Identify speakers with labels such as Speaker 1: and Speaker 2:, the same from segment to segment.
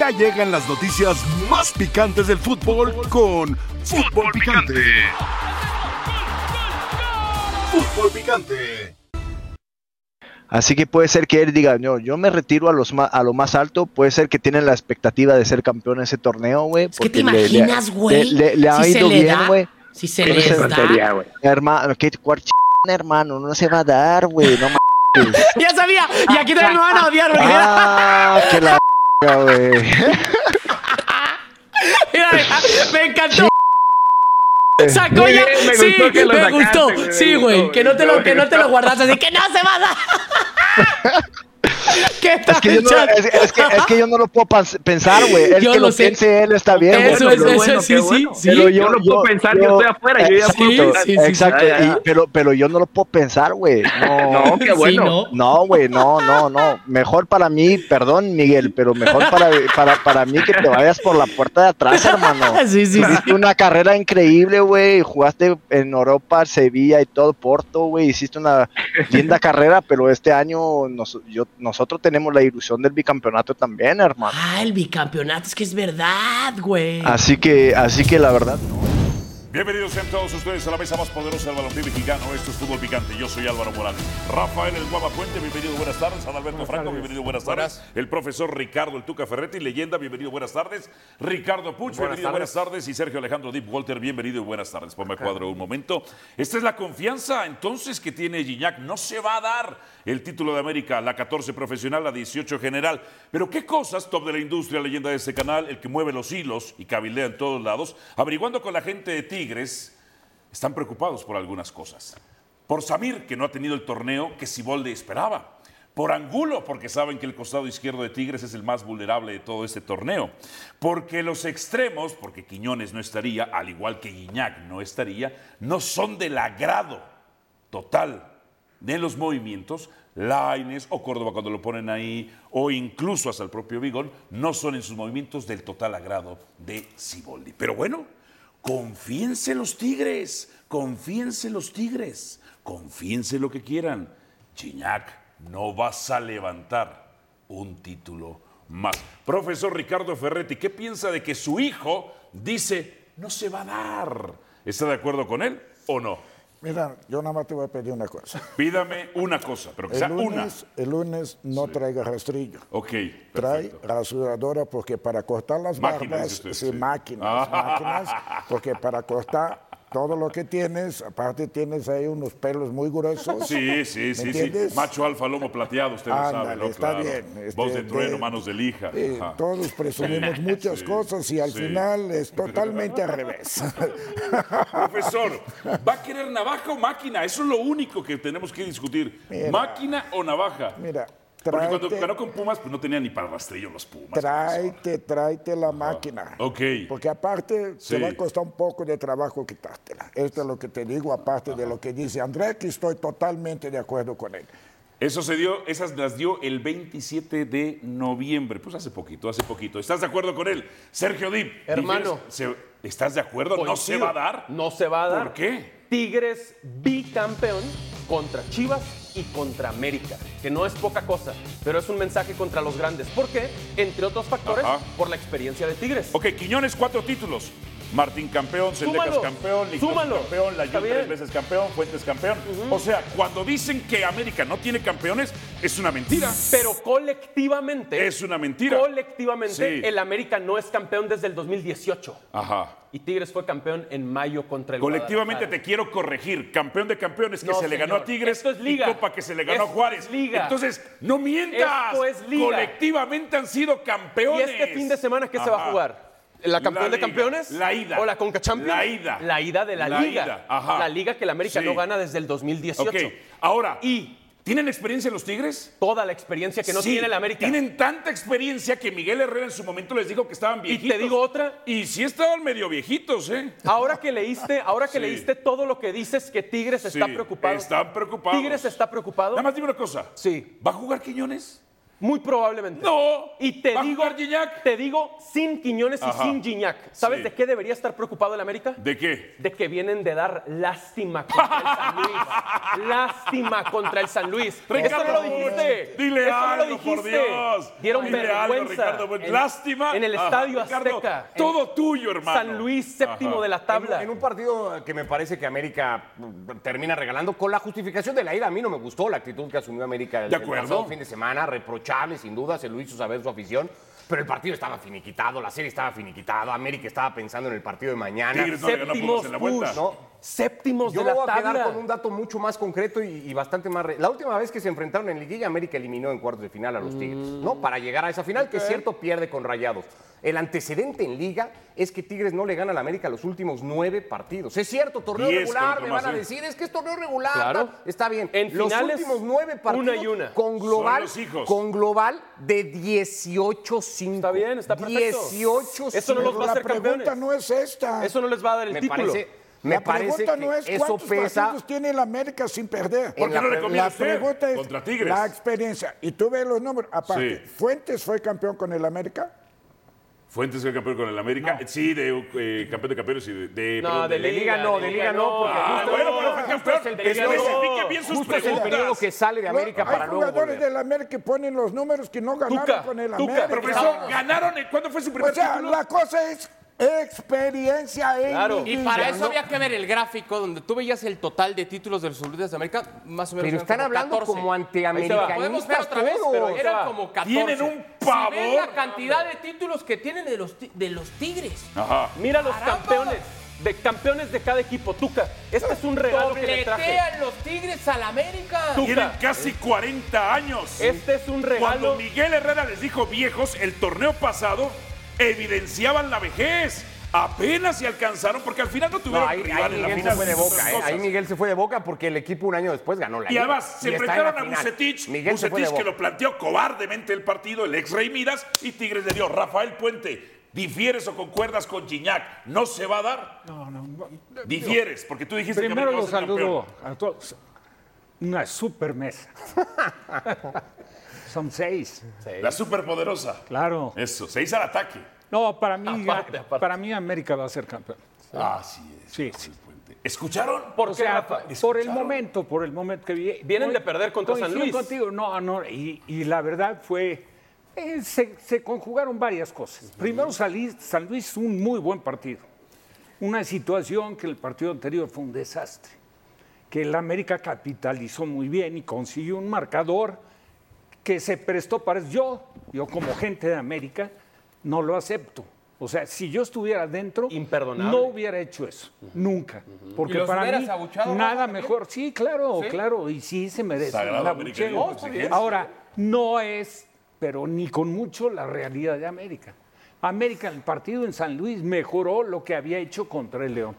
Speaker 1: Ya llegan las noticias más picantes del fútbol con Fútbol Picante. Fútbol Picante.
Speaker 2: Así que puede ser que él diga, no, yo me retiro a, los ma- a lo más alto, puede ser que tienen la expectativa de ser campeón en ese torneo, güey.
Speaker 3: Es que te
Speaker 2: porque le- le-
Speaker 3: imaginas, güey.
Speaker 2: Le, le- le ha
Speaker 3: si se
Speaker 2: ido
Speaker 3: le
Speaker 2: bien,
Speaker 3: da,
Speaker 2: güey.
Speaker 3: Si se
Speaker 2: Pero
Speaker 3: le
Speaker 2: esa es
Speaker 3: da.
Speaker 4: güey.
Speaker 2: Hermano, qué cuar- ch- hermano, no se va a dar, güey, no mames.
Speaker 3: Ya sabía. Y aquí también me van a odiar, güey.
Speaker 2: Ah, que la verga, güey.
Speaker 3: Mira, me encantó. Sacó
Speaker 4: Muy
Speaker 3: ya.
Speaker 4: bien, me
Speaker 3: sí,
Speaker 4: gustó que lo
Speaker 3: me
Speaker 4: sacaste,
Speaker 3: gustó.
Speaker 4: güey,
Speaker 3: Sí,
Speaker 4: me
Speaker 3: güey.
Speaker 4: gustó,
Speaker 3: Que no te
Speaker 4: me
Speaker 3: lo,
Speaker 4: gustó.
Speaker 3: que no te lo guardas así. Que no se va a dar. ¿Qué tal,
Speaker 2: Es que, yo no,
Speaker 3: chat?
Speaker 2: es, es que, es que yo no lo puedo pas- pensar, güey. El
Speaker 3: Yo
Speaker 2: que
Speaker 3: lo
Speaker 2: lo,
Speaker 3: sé.
Speaker 2: piense él está bien, güey.
Speaker 3: Eso es,
Speaker 4: qué
Speaker 2: pero-
Speaker 3: eso
Speaker 4: bueno,
Speaker 3: es,
Speaker 4: qué
Speaker 3: sí,
Speaker 4: bueno.
Speaker 3: sí,
Speaker 2: Pero eh,
Speaker 3: sí.
Speaker 4: yo no puedo pensar, yo estoy afuera, yo ya
Speaker 2: exacto,
Speaker 3: puedo pensar. Sí, sí, sí.
Speaker 2: exacto,
Speaker 4: Ya, ya.
Speaker 2: y- pero, pero yo no lo puedo pensar, güey. No,
Speaker 4: No, qué bueno.
Speaker 3: Sí, ¿no?
Speaker 2: no, güey, no, no, no. Mejor para mí, perdón, Miguel, pero mejor para, para, para mí que te vayas por la puerta de atrás, hermano.
Speaker 3: Sí, sí, sí.
Speaker 2: Hiciste una carrera increíble, güey. Jugaste en Europa, Sevilla y todo, Porto, güey. Hiciste una linda carrera, pero este año nos- yo- nosotros tenemos la ilusión del bicampeonato también, hermano.
Speaker 3: Ah, el bicampeonato. Es que es verdad, güey.
Speaker 2: Así que, así que la verdad,
Speaker 5: Bienvenidos sean todos ustedes a la mesa más poderosa del balompié mexicano. Esto es Fútbol Picante. Yo soy Álvaro Morales. Rafael El Guava Puente, bienvenido, buenas tardes. Adalberto Franco, bienvenido, buenas tardes. El profesor Ricardo El Tuca Ferretti, leyenda, bienvenido, buenas tardes. Ricardo Puch, bienvenido, buenas tardes. Y Sergio Alejandro Deep Walter, bienvenido y buenas tardes. Ponme a cuadro un momento. Esta es la confianza entonces que tiene Gignac. No se va a dar el título de América, la 14 profesional, la 18 general. Pero qué cosas, top de la industria, leyenda de este canal, el que mueve los hilos y cabildea en todos lados, averiguando con la gente de Tigres están preocupados por algunas cosas. Por Samir, que no ha tenido el torneo que Siboldi esperaba. Por Angulo, porque saben que el costado izquierdo de Tigres es el más vulnerable de todo este torneo. Porque los extremos, porque Quiñones no estaría, al igual que Guiñac no estaría, no son del agrado total de los movimientos. Laines o Córdoba cuando lo ponen ahí, o incluso hasta el propio Vigón, no son en sus movimientos del total agrado de Siboldi. Pero bueno, Confíense los Tigres, confíense los Tigres, confíense lo que quieran. Chiñac, no vas a levantar un título más. Profesor Ricardo Ferretti, ¿qué piensa de que su hijo dice no se va a dar? ¿Está de acuerdo con él o no?
Speaker 6: Mira, yo nada más te voy a pedir una cosa.
Speaker 5: Pídame una cosa, pero que sea
Speaker 6: El
Speaker 5: una.
Speaker 6: lunes, el lunes no traiga rastrillo.
Speaker 5: Ok,
Speaker 6: Trae
Speaker 5: perfecto.
Speaker 6: rasuradora porque para cortar las
Speaker 5: Máquina,
Speaker 6: barbas,
Speaker 5: dice usted,
Speaker 6: sí,
Speaker 5: sí.
Speaker 6: máquinas,
Speaker 5: Ah.
Speaker 6: máquinas, porque para cortar todo lo que tienes, aparte tienes ahí unos pelos muy gruesos.
Speaker 5: Sí, sí,
Speaker 6: ¿me
Speaker 5: sí, sí.
Speaker 6: entiendes?
Speaker 5: Macho alfa, lomo plateado, usted lo sabe,
Speaker 6: Ándale,
Speaker 5: ¿no?
Speaker 6: está
Speaker 5: Claro.
Speaker 6: bien, este,
Speaker 5: Voz de
Speaker 6: de-
Speaker 5: trueno, manos de lija.
Speaker 6: Eh,
Speaker 5: Ajá.
Speaker 6: todos presumimos
Speaker 5: Sí,
Speaker 6: muchas
Speaker 5: sí,
Speaker 6: cosas y al
Speaker 5: sí.
Speaker 6: final es totalmente al revés.
Speaker 5: Profesor, ¿va a querer navaja o máquina? Eso es lo único que tenemos que discutir.
Speaker 6: Mira.
Speaker 5: ¿Máquina o navaja?
Speaker 6: Mira,
Speaker 5: Porque cuando
Speaker 6: tráete-
Speaker 5: ganó con Pumas, pues no tenía ni para rastrillo los Pumas. profesor.
Speaker 6: Tráete, tráete la máquina.
Speaker 5: Ok.
Speaker 6: Porque aparte
Speaker 5: Sí.
Speaker 6: te va a costar un poco de trabajo quitártela. Esto es lo que te digo, aparte de lo que dice Andrés, que estoy totalmente de acuerdo con él.
Speaker 5: Eso se dio, esas las dio el 27 de noviembre. Pues hace poquito, hace poquito. ¿Estás de acuerdo con él? Sergio Dip.
Speaker 7: Hermano.
Speaker 5: ¿difieres? Se- ¿Estás de acuerdo? ¿No se
Speaker 7: Coincido.
Speaker 5: va a dar?
Speaker 7: No se va a dar.
Speaker 5: ¿Por qué?
Speaker 7: Tigres bicampeón contra Chivas y contra América, que no es poca cosa, pero es un mensaje contra los grandes. ¿Por qué? Entre otros factores,
Speaker 5: Ajá.
Speaker 7: por la experiencia de Tigres.
Speaker 5: Ok, Quiñones, cuatro títulos. Martín campeón, Sendecas
Speaker 7: Súmalo,
Speaker 5: Pues campeón, Nicos
Speaker 7: súmalo.
Speaker 5: campeón,
Speaker 7: Está
Speaker 5: Layun
Speaker 7: bien.
Speaker 5: tres veces campeón, Fuentes campeón. O sea, cuando dicen que América no tiene campeones, es una mentira.
Speaker 7: Pero colectivamente.
Speaker 5: Es una mentira.
Speaker 7: Colectivamente,
Speaker 5: Sí.
Speaker 7: el América no es campeón desde el 2018.
Speaker 5: Ajá.
Speaker 7: Y Tigres fue campeón en mayo contra el
Speaker 5: Colectivamente te
Speaker 7: Guadalajara.
Speaker 5: quiero corregir. Campeón de campeones que
Speaker 7: No,
Speaker 5: se le ganó a
Speaker 7: señor.
Speaker 5: Tigres
Speaker 7: Esto es liga.
Speaker 5: y Copa que se le ganó
Speaker 7: Esto
Speaker 5: a Juárez.
Speaker 7: es liga.
Speaker 5: Entonces, no mientas.
Speaker 7: Esto es liga.
Speaker 5: Colectivamente han sido
Speaker 7: ¿Y
Speaker 5: campeones.
Speaker 7: este fin de semana qué se va a
Speaker 5: Ajá.
Speaker 7: jugar? ¿La campeón
Speaker 5: La
Speaker 7: de
Speaker 5: liga,
Speaker 7: campeones?
Speaker 5: la ida.
Speaker 7: ¿O la Conca Champions?
Speaker 5: La ida.
Speaker 7: La ida de la,
Speaker 5: La
Speaker 7: liga.
Speaker 5: ida, ajá.
Speaker 7: La liga que el América
Speaker 5: Sí.
Speaker 7: no gana desde el 2018.
Speaker 5: Ok, ahora.
Speaker 7: Y
Speaker 5: ¿Tienen experiencia los Tigres?
Speaker 7: toda la experiencia que no
Speaker 5: Sí,
Speaker 7: tiene el América.
Speaker 5: Tienen tanta experiencia que Miguel Herrera en su momento les dijo que estaban
Speaker 7: te
Speaker 5: viejitos.
Speaker 7: digo otra.
Speaker 5: Y sí estaban medio viejitos, ¿eh?
Speaker 7: Ahora que leíste, ahora que
Speaker 5: Sí.
Speaker 7: leíste todo lo que dices que Tigres está
Speaker 5: Sí,
Speaker 7: preocupado.
Speaker 5: Están preocupados.
Speaker 7: Tigres está preocupado.
Speaker 5: Nada más dime una cosa.
Speaker 7: Sí.
Speaker 5: ¿Va a jugar Quiñones?
Speaker 7: Muy probablemente.
Speaker 5: No.
Speaker 7: Y te
Speaker 5: ¿Va a
Speaker 7: digo,
Speaker 5: jugar Gignac?
Speaker 7: te digo, sin Quiñones
Speaker 5: Ajá.
Speaker 7: y sin Gignac. ¿Sabes
Speaker 5: Sí.
Speaker 7: de qué debería estar preocupado el América?
Speaker 5: ¿De qué?
Speaker 7: de que vienen de dar lástima contra el San Luis. lástima contra el San Luis. Eso no
Speaker 5: Ricardo,
Speaker 7: lo dijiste.
Speaker 5: dile
Speaker 7: Eso no lo
Speaker 5: algo, por
Speaker 7: dijiste.
Speaker 5: Dios.
Speaker 7: Dieron
Speaker 5: Dile algo,
Speaker 7: vergüenza.
Speaker 5: Ricardo.
Speaker 7: en-
Speaker 5: Lástima.
Speaker 7: En el
Speaker 5: Ajá,
Speaker 7: estadio
Speaker 5: Ricardo,
Speaker 7: Azteca. En
Speaker 5: todo tuyo, hermano.
Speaker 7: San Luis, séptimo
Speaker 5: Ajá.
Speaker 7: de la tabla.
Speaker 8: En un partido que me parece que América mm, termina regalando con la justificación de la ida. A mí no me gustó la actitud que asumió América el,
Speaker 5: De
Speaker 8: el
Speaker 5: acuerdo.
Speaker 8: pasado fin de semana, reprochable sin duda, se lo hizo saber su afición. Pero el partido estaba finiquitado, la serie estaba finiquitada, América estaba pensando en el partido de mañana.
Speaker 5: Tigres no le ganó a Pumas
Speaker 7: séptimos,
Speaker 5: en la vuelta.
Speaker 7: Push, ¿no? séptimos
Speaker 8: Yo
Speaker 7: de
Speaker 8: me
Speaker 7: la
Speaker 8: voy a
Speaker 7: tabla.
Speaker 8: quedar con un dato mucho más concreto y, y bastante más. re- La última vez que se enfrentaron en liguilla, América eliminó en cuartos de final a los Tigres,
Speaker 7: Mm.
Speaker 8: ¿no? Para llegar a esa final, que es cierto, pierde con Rayados. El antecedente en liga es que Tigres no le gana al América los últimos nueve partidos. Es cierto, torneo
Speaker 5: Diez
Speaker 8: regular,
Speaker 5: contra
Speaker 8: me
Speaker 5: más,
Speaker 8: van a
Speaker 5: ¿eh?
Speaker 8: decir, es que es torneo regular.
Speaker 7: Claro.
Speaker 8: tal, Está bien.
Speaker 7: En
Speaker 8: los
Speaker 7: finales,
Speaker 8: últimos nueve partidos
Speaker 7: una y una.
Speaker 8: con global,
Speaker 5: los hijos.
Speaker 8: con global de 18-5.
Speaker 7: Está bien, está perfecto.
Speaker 8: 18-5.
Speaker 7: Eso no los va a
Speaker 6: la
Speaker 7: hacer
Speaker 6: pregunta
Speaker 7: campeones.
Speaker 6: no es esta.
Speaker 7: Eso no les va a dar el
Speaker 8: Me
Speaker 7: título.
Speaker 8: parece, me
Speaker 6: la
Speaker 8: parece
Speaker 6: pregunta
Speaker 8: que
Speaker 6: no es
Speaker 8: eso
Speaker 6: cuántos
Speaker 8: pesa.
Speaker 6: partidos tiene el América sin perder.
Speaker 5: ¿Por qué
Speaker 8: la
Speaker 5: no le
Speaker 8: pre-
Speaker 5: conviene
Speaker 6: La
Speaker 5: usted?
Speaker 6: pregunta es
Speaker 5: Contra Tigres.
Speaker 6: la experiencia. Y tú ves los números. Aparte,
Speaker 5: Sí.
Speaker 6: Fuentes fue campeón con el América.
Speaker 5: Fuentes fue campeón con el América. Sí, de eh, campeón de campeones y de. de-
Speaker 7: No,
Speaker 5: perdón,
Speaker 7: de
Speaker 8: De
Speaker 7: liga no, de liga no. porque
Speaker 5: Ah,
Speaker 7: justo-
Speaker 5: bueno, pero fue
Speaker 8: justo
Speaker 5: campeón.
Speaker 8: es el
Speaker 5: Que
Speaker 8: periodo-
Speaker 5: especifique bien sus
Speaker 8: Justo es el
Speaker 5: preguntas.
Speaker 8: periodo que sale de
Speaker 6: No,
Speaker 8: América para
Speaker 6: hay
Speaker 8: luego
Speaker 6: jugadores
Speaker 8: volver.
Speaker 6: del América que ponen los números que no ganaron
Speaker 7: Tuca,
Speaker 6: con el
Speaker 7: Tuca,
Speaker 6: América.
Speaker 5: Profesor, ganaron. el- ¿Cuándo fue su primer
Speaker 6: O sea,
Speaker 5: título?
Speaker 6: la cosa es experiencia e en
Speaker 7: Claro.
Speaker 9: Y
Speaker 6: liguilla,
Speaker 9: para eso
Speaker 6: ¿no?
Speaker 9: había que ver el gráfico donde tú veías el total de títulos de los Unidos de América, más o menos.
Speaker 8: Pero
Speaker 9: eran
Speaker 8: están
Speaker 9: como
Speaker 8: hablando
Speaker 9: 14.
Speaker 8: como
Speaker 9: Podemos ver
Speaker 8: antiamericanistas
Speaker 9: otra vez, pero
Speaker 8: todos.
Speaker 9: eran como 14.
Speaker 5: Tienen un
Speaker 9: Si ven la
Speaker 5: pavor.
Speaker 9: cantidad de títulos que tienen de los, ti- de los Tigres.
Speaker 5: Ajá.
Speaker 7: Mira los
Speaker 9: Caramba.
Speaker 7: campeones. De campeones de cada equipo. Tuca, este es un regalo que le traje.
Speaker 9: Dobletean los Tigres al América.
Speaker 7: Tú-
Speaker 5: Tienen casi 40 años.
Speaker 7: Este es un
Speaker 5: Cuando
Speaker 7: regalo.
Speaker 5: Miguel Herrera les dijo viejos, el torneo pasado evidenciaban la vejez. Apenas se alcanzaron porque al final no
Speaker 8: No,
Speaker 5: tuvieron
Speaker 8: ahí, ahí
Speaker 5: rival en la
Speaker 8: Miguel se
Speaker 5: final.
Speaker 8: fue de boca, ¿eh?
Speaker 5: Otras
Speaker 8: Ahí
Speaker 5: cosas.
Speaker 8: Miguel se fue de boca porque el equipo un año después ganó la
Speaker 5: Y
Speaker 8: liga.
Speaker 5: además se
Speaker 8: está en la
Speaker 5: enfrentaron a
Speaker 8: final.
Speaker 5: Bucetich.
Speaker 8: Miguel se fue de
Speaker 5: Bucetich que
Speaker 8: Boca.
Speaker 5: lo planteó cobardemente el partido, el ex Rey Miras, y Tigres le dio. Rafael Puente, ¿difieres o concuerdas con Gignac? ¿No se va a dar?
Speaker 10: No, no.
Speaker 5: Difieres, porque tú dijiste
Speaker 10: Primero
Speaker 5: que América
Speaker 10: los
Speaker 5: va a ser
Speaker 10: saludo
Speaker 5: campeón.
Speaker 10: a todos. Una super mesa. Son seis,
Speaker 5: La superpoderosa.
Speaker 10: claro.
Speaker 5: Eso, se hizo al ataque.
Speaker 10: No, para mí,
Speaker 7: Aparte, aparte.
Speaker 10: para mí América va a ser campeón.
Speaker 5: Así es.
Speaker 10: Sí, sí.
Speaker 5: ¿Escucharon?
Speaker 7: ¿Por
Speaker 10: O
Speaker 7: qué,
Speaker 10: sea,
Speaker 7: Rafa?
Speaker 10: por el
Speaker 5: ¿Escucharon?
Speaker 10: momento, por el momento que vi-
Speaker 7: Vienen
Speaker 10: Coin-
Speaker 7: de perder contra San
Speaker 10: coincido
Speaker 7: Luis.
Speaker 10: contigo, no, no, y, y la verdad fue, eh, se, se conjugaron varias cosas. Primero, salí- San Luis un muy buen partido. Una situación que el partido anterior fue un desastre, que el América capitalizó muy bien y consiguió un marcador que se prestó para eso. yo, yo como gente de América, no lo acepto. O sea, si yo estuviera dentro,
Speaker 7: Imperdonable.
Speaker 10: no hubiera hecho eso, nunca.
Speaker 9: ¿Y
Speaker 10: Porque
Speaker 9: los
Speaker 10: para
Speaker 9: hubieras
Speaker 10: mí
Speaker 9: abuchado, Rafa,
Speaker 10: nada
Speaker 9: también?
Speaker 10: mejor. Sí, claro,
Speaker 9: ¿Sí?
Speaker 10: claro, y sí se merece.
Speaker 5: Sagrado
Speaker 10: la
Speaker 5: americanismo,
Speaker 10: bucheo.
Speaker 5: si quieres.
Speaker 10: Ahora, no es, pero ni con mucho, la realidad de América. América, el partido en San Luis mejoró lo que había hecho contra el León.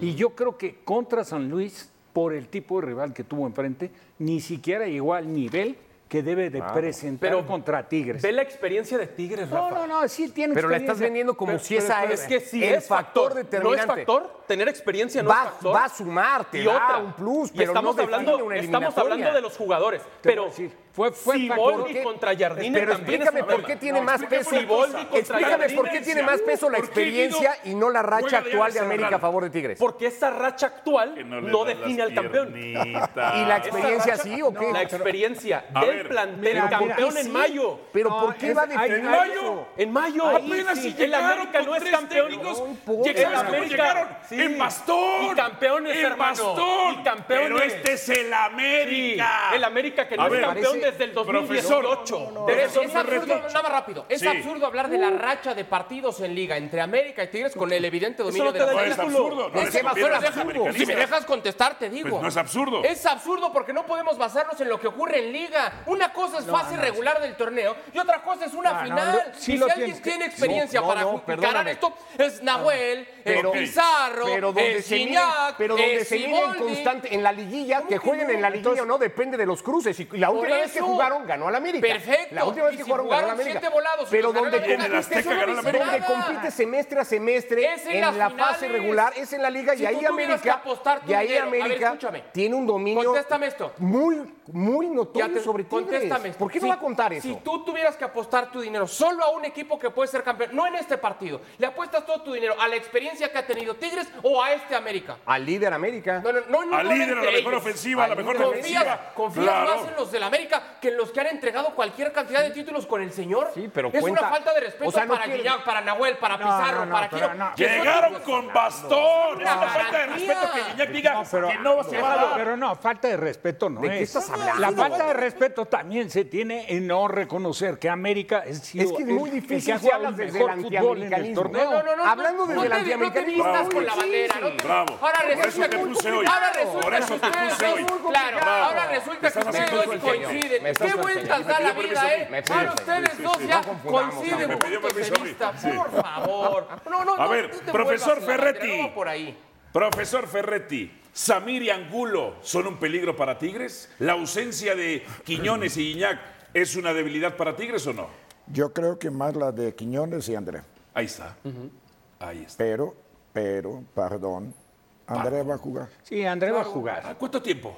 Speaker 10: Y yo creo que contra San Luis, por el tipo de rival que tuvo enfrente, ni siquiera llegó al nivel que debe de presentar
Speaker 7: Pero
Speaker 10: contra Tigres.
Speaker 7: Ve la experiencia de Tigres,
Speaker 10: No,
Speaker 7: Rafa.
Speaker 10: no, no, sí tiene
Speaker 8: Pero la estás
Speaker 10: experiencia.
Speaker 8: vendiendo como
Speaker 10: Pero-
Speaker 8: si esa
Speaker 10: pero-
Speaker 8: es,
Speaker 7: Es que sí
Speaker 8: el
Speaker 7: es factor,
Speaker 8: determinante.
Speaker 7: No es factor. Tener experiencia no es
Speaker 8: va,
Speaker 7: factor.
Speaker 8: va a sumar, te
Speaker 7: y
Speaker 8: da
Speaker 7: otra.
Speaker 8: un plus,
Speaker 7: Y
Speaker 8: pero
Speaker 7: estamos,
Speaker 8: no define
Speaker 7: hablando,
Speaker 8: una
Speaker 7: estamos
Speaker 8: eliminatoria.
Speaker 7: hablando de los jugadores.
Speaker 10: voy a
Speaker 7: Pero
Speaker 10: decir, fue- fue
Speaker 7: si
Speaker 10: factor.
Speaker 7: Volpi
Speaker 10: ¿Por qué?
Speaker 7: contra Jardine
Speaker 8: Pero
Speaker 7: también es
Speaker 8: explícame
Speaker 7: un
Speaker 8: por
Speaker 7: tema.
Speaker 8: qué tiene más
Speaker 5: explícame
Speaker 8: peso.
Speaker 5: una cosa.
Speaker 7: Siboldi contra
Speaker 8: Explícame
Speaker 7: la
Speaker 8: por qué tiene más peso la
Speaker 5: ¿Por qué
Speaker 8: experiencia
Speaker 5: Guido
Speaker 8: y no la racha
Speaker 5: juega de
Speaker 8: actual de
Speaker 5: Alexander
Speaker 8: América a
Speaker 5: Arnold?
Speaker 8: favor de Tigres.
Speaker 7: Porque esa racha actual no, define al campeón.
Speaker 5: ¿Y
Speaker 8: ¿Y la experiencia sí o qué?
Speaker 7: La experiencia
Speaker 5: A
Speaker 7: del
Speaker 5: ver,
Speaker 7: plantel
Speaker 10: mira,
Speaker 7: campeón
Speaker 10: mira,
Speaker 7: en
Speaker 10: sí.
Speaker 7: mayo.
Speaker 8: Pero
Speaker 10: No,
Speaker 8: ¿por qué
Speaker 10: es-
Speaker 8: va a
Speaker 10: hay-
Speaker 8: definir
Speaker 10: ¿En
Speaker 5: mayo?
Speaker 8: eso?
Speaker 7: En mayo.
Speaker 5: Apenas si
Speaker 7: el
Speaker 5: llegaron
Speaker 7: América
Speaker 5: con
Speaker 7: no es
Speaker 5: tres
Speaker 7: campeón.
Speaker 5: técnicos.
Speaker 8: No importa.
Speaker 5: Ya sabes cómo llegaron.
Speaker 7: Sí.
Speaker 5: En bastón.
Speaker 7: Y campeones,
Speaker 5: en
Speaker 7: hermano.
Speaker 5: Bastón.
Speaker 7: Y campeones.
Speaker 5: Pero este es el
Speaker 7: Sí,
Speaker 5: América.
Speaker 7: el América que no
Speaker 5: A
Speaker 7: es
Speaker 5: ver,
Speaker 7: campeón
Speaker 8: parece-
Speaker 7: desde el
Speaker 5: Profesor.
Speaker 7: 2018.
Speaker 9: Pero
Speaker 7: Desde
Speaker 9: es, es absurdo,
Speaker 5: Ferretti.
Speaker 9: nada más rápido. Es
Speaker 5: Sí. Uh.
Speaker 9: absurdo hablar de la
Speaker 7: Uh,
Speaker 9: racha de partidos en liga entre América y Tigres con el evidente dominio
Speaker 7: no te
Speaker 9: de la
Speaker 7: da
Speaker 5: No es
Speaker 7: ridículo.
Speaker 5: absurdo. No
Speaker 9: Es
Speaker 5: les
Speaker 9: que
Speaker 5: conviene
Speaker 9: basura,
Speaker 5: a los
Speaker 9: deja- si me
Speaker 5: americanistas.
Speaker 9: dejas contestar, te digo.
Speaker 5: Pues no es absurdo.
Speaker 9: Es absurdo porque no podemos basarnos en lo que ocurre en liga. Una cosa es fase regular del torneo y otra cosa es una
Speaker 10: No, no,
Speaker 9: final.
Speaker 10: no, sí
Speaker 9: y si
Speaker 10: lo
Speaker 9: alguien
Speaker 10: tienes que-
Speaker 9: tiene experiencia
Speaker 8: No, no,
Speaker 9: para
Speaker 8: no,
Speaker 9: justificar
Speaker 8: perdóname.
Speaker 9: esto, es Nahuel,
Speaker 8: pero-
Speaker 9: es Eh, Pizarro,
Speaker 8: pero donde
Speaker 9: es
Speaker 8: se miden-
Speaker 9: Gignac, eh,
Speaker 8: pero donde
Speaker 9: es
Speaker 8: se miden
Speaker 9: Siboldi.
Speaker 8: constante en la liguilla, que
Speaker 9: que
Speaker 8: jueguen
Speaker 9: no?
Speaker 8: en la liguilla o no, depende de los cruces. Y la
Speaker 9: Por
Speaker 8: última vez que
Speaker 9: eso.
Speaker 8: jugaron ganó al América.
Speaker 9: Perfecto.
Speaker 8: La última vez
Speaker 9: Y
Speaker 8: que
Speaker 9: si
Speaker 8: jugaron ganó al
Speaker 9: jugaron
Speaker 8: América.
Speaker 9: siete volados y
Speaker 8: pero
Speaker 9: los ganó
Speaker 8: donde
Speaker 9: el América,
Speaker 5: En el
Speaker 8: compite-
Speaker 5: Azteca ganó el América.
Speaker 8: donde compite semestre a semestre
Speaker 9: Es en
Speaker 8: en,
Speaker 9: las
Speaker 8: la fase
Speaker 9: finales.
Speaker 8: regular es en la liga
Speaker 9: Si
Speaker 8: y
Speaker 9: tú
Speaker 8: ahí
Speaker 9: tuvieras
Speaker 8: América
Speaker 9: que apostar tu
Speaker 8: y ahí
Speaker 9: dinero, a ver,
Speaker 8: América
Speaker 9: escúchame.
Speaker 8: tiene un dominio
Speaker 9: Contéstame esto.
Speaker 8: muy muy notorio
Speaker 9: Ya te-
Speaker 8: sobre Tigres.
Speaker 9: contéstame.
Speaker 8: ¿Por qué no
Speaker 9: Si-
Speaker 8: va a contar eso?
Speaker 9: Si tú tuvieras que apostar tu dinero solo a un equipo que puede ser campeón, no en este partido, ¿le apuestas todo tu dinero a la experiencia que ha tenido Tigres o a este América?
Speaker 8: Al líder América.
Speaker 9: No, no, no, no,
Speaker 5: Al
Speaker 9: no
Speaker 5: líder, a la
Speaker 9: entre
Speaker 5: mejor ofensiva, a la
Speaker 9: Al
Speaker 5: mejor
Speaker 9: líder.
Speaker 5: defensiva.
Speaker 9: Confías- Confías
Speaker 5: Claro.
Speaker 9: más en los del América que en los que han entregado cualquier cantidad de títulos con el señor.
Speaker 8: Sí, pero
Speaker 9: es
Speaker 8: cuenta-
Speaker 9: una falta de respeto
Speaker 8: o sea, no
Speaker 9: para
Speaker 8: quiere-
Speaker 9: Guiñac, para Nahuel, para
Speaker 10: No,
Speaker 9: Pizarro,
Speaker 10: no, no,
Speaker 9: para
Speaker 10: pero
Speaker 9: Quiro.
Speaker 10: no.
Speaker 5: Llegaron con bastón. Es una falta de
Speaker 9: garantía.
Speaker 5: respeto que Guiñac diga que no se va a
Speaker 10: pero-
Speaker 5: dar.
Speaker 10: pero no, falta de respeto no
Speaker 8: ¿De qué
Speaker 10: es.
Speaker 8: estás hablando?
Speaker 10: La falta de respeto también se tiene en no reconocer que América es sido
Speaker 8: Es que es
Speaker 10: el-
Speaker 8: muy
Speaker 10: el que
Speaker 8: difícil
Speaker 10: ha
Speaker 8: si
Speaker 10: jugado
Speaker 8: hablas
Speaker 10: el
Speaker 8: desde
Speaker 10: mejor
Speaker 8: el
Speaker 10: fútbol en el
Speaker 8: antiamericanismo.
Speaker 10: torneo.
Speaker 9: No, no, no,
Speaker 8: Hablando desde
Speaker 9: no
Speaker 8: el
Speaker 9: te-
Speaker 8: antiamericanismo.
Speaker 9: No te vistas con la
Speaker 8: Sí,
Speaker 9: bandera. no te-
Speaker 5: Bravo.
Speaker 9: Ahora
Speaker 5: Por eso
Speaker 9: resulta
Speaker 5: te
Speaker 9: que-
Speaker 5: puse hoy.
Speaker 9: Ahora resulta
Speaker 5: Por eso
Speaker 9: que
Speaker 5: te
Speaker 9: ustedes
Speaker 5: puse hoy.
Speaker 9: dos- Claro,
Speaker 5: Bravo.
Speaker 9: ahora
Speaker 5: Me
Speaker 9: resulta que
Speaker 5: estás haciendo
Speaker 9: ustedes dos
Speaker 5: sueño.
Speaker 8: Me
Speaker 9: coinciden.
Speaker 8: estás
Speaker 9: Qué
Speaker 8: haciendo
Speaker 9: vueltas
Speaker 8: sueño.
Speaker 9: da
Speaker 5: Me
Speaker 9: la
Speaker 5: pidió
Speaker 9: vida,
Speaker 5: permiso a mí.
Speaker 9: ¿eh?
Speaker 8: Me pidió
Speaker 9: Ahora
Speaker 8: permiso.
Speaker 9: ustedes
Speaker 5: Sí,
Speaker 9: dos
Speaker 5: sí,
Speaker 9: ya
Speaker 8: no confundamos,
Speaker 9: coinciden.
Speaker 5: Me
Speaker 8: hombre.
Speaker 5: pidió
Speaker 9: puntos de
Speaker 5: permiso a mí.
Speaker 9: vista.
Speaker 5: Sí.
Speaker 9: Por favor. No, no,
Speaker 5: A
Speaker 9: no,
Speaker 5: ver,
Speaker 9: no te
Speaker 5: profesor
Speaker 9: vuelvas con la bandera,
Speaker 5: Ferretti.
Speaker 9: no por ahí.
Speaker 5: Profesor Ferretti, Samir y Angulo son un peligro para Tigres. ¿La ausencia de Quiñones y Guiñac es una debilidad para Tigres o no?
Speaker 6: Yo creo que más la de Quiñones y André.
Speaker 5: Ahí está. Ahí está.
Speaker 6: Pero, pero, perdón, André va a jugar.
Speaker 10: Sí, André va a jugar.
Speaker 5: ¿A ¿Cuánto tiempo?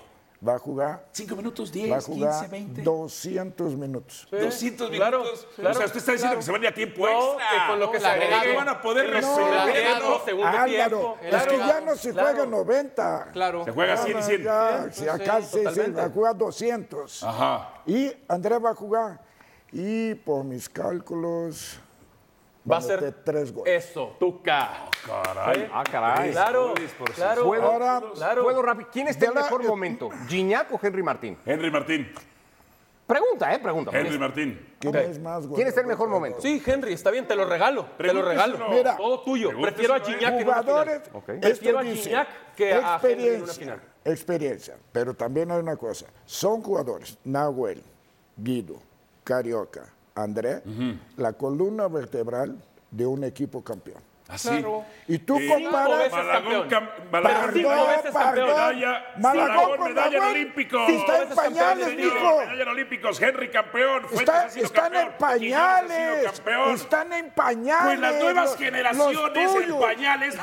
Speaker 6: Va a jugar,
Speaker 5: ¿Cinco
Speaker 6: va
Speaker 5: minutos?
Speaker 6: a
Speaker 5: ¿Diez? ¿Quince?
Speaker 6: jugar
Speaker 5: ¿Veinte?
Speaker 6: 200 minutos.
Speaker 5: 200
Speaker 7: claro,
Speaker 5: minutos. O
Speaker 7: claro,
Speaker 5: sea, usted está diciendo que se van a ir a tiempo
Speaker 7: No,
Speaker 5: extra.
Speaker 7: que con lo que se
Speaker 5: No,
Speaker 7: agregue.
Speaker 5: que van a poder
Speaker 7: No,
Speaker 5: resolver.
Speaker 7: agregado,
Speaker 5: ¿no?
Speaker 7: segundo
Speaker 6: Álvaro,
Speaker 7: tiempo.
Speaker 6: es que
Speaker 7: Claro,
Speaker 6: ya no se
Speaker 7: claro.
Speaker 6: juega 90.
Speaker 7: Claro.
Speaker 5: Se juega
Speaker 6: Ya,
Speaker 5: 100 y 100.
Speaker 6: ya, si acá sí, sí,
Speaker 7: totalmente.
Speaker 6: va a jugar 200.
Speaker 5: Ajá.
Speaker 6: Y André va a jugar. Y por mis cálculos,
Speaker 7: Va a
Speaker 6: meter
Speaker 7: ser
Speaker 6: tres goles.
Speaker 7: eso, Tuca.
Speaker 5: Caray.
Speaker 8: Ah, caray.
Speaker 7: Claro, claro.
Speaker 8: ¿Puedo,
Speaker 6: Ahora-
Speaker 7: claro.
Speaker 8: ¿puedo rápido? ¿Quién está en
Speaker 6: De la-
Speaker 8: mejor momento? ¿Gignac o Henry Martín?
Speaker 5: Henry Martín.
Speaker 8: Pregunta, ¿eh? Pregunta.
Speaker 5: Henry Martín.
Speaker 6: ¿Quién es más
Speaker 8: ¿Quién está
Speaker 6: goleador?
Speaker 8: en mejor momento?
Speaker 7: Sí, Henry, está bien, te lo regalo. Te lo
Speaker 5: Pregúnteselo.
Speaker 7: regalo.
Speaker 6: Mira.
Speaker 7: Todo tuyo. Prefiero a Gignac en una final.
Speaker 6: Jugadores,
Speaker 7: Prefiero a
Speaker 6: esto dice,
Speaker 7: Gignac que a Henry en una final.
Speaker 6: Experiencia, pero también hay una cosa. Son jugadores, Nahuel, Guido, Carioca, André, la columna vertebral de un equipo campeón.
Speaker 5: Así.
Speaker 6: Y tú
Speaker 5: Sí.
Speaker 6: comparas...
Speaker 7: veces
Speaker 5: Malagón,
Speaker 7: campeón.
Speaker 5: cam-
Speaker 7: Pero
Speaker 5: Malagón,
Speaker 7: cinco
Speaker 6: Perdón,
Speaker 7: veces campeón.
Speaker 6: perdón.
Speaker 5: Medalla,
Speaker 6: Malagón
Speaker 5: Malagón,
Speaker 6: con
Speaker 5: medalla en
Speaker 6: Nahuel.
Speaker 5: Olímpicos.
Speaker 6: Sí, está en
Speaker 7: Veces campeón,
Speaker 6: pañales,
Speaker 5: Señor,
Speaker 6: mijo.
Speaker 5: Medalla en Olímpicos. Henry campeón. Fuentes
Speaker 6: Está-
Speaker 5: ha sido
Speaker 6: están en
Speaker 5: campeón, Quiñones
Speaker 6: pañales.
Speaker 5: ha sido campeón.
Speaker 6: Están en pañales.
Speaker 5: Pues las nuevas
Speaker 6: los-
Speaker 5: generaciones
Speaker 6: los
Speaker 5: en
Speaker 6: tuyos.
Speaker 5: pañales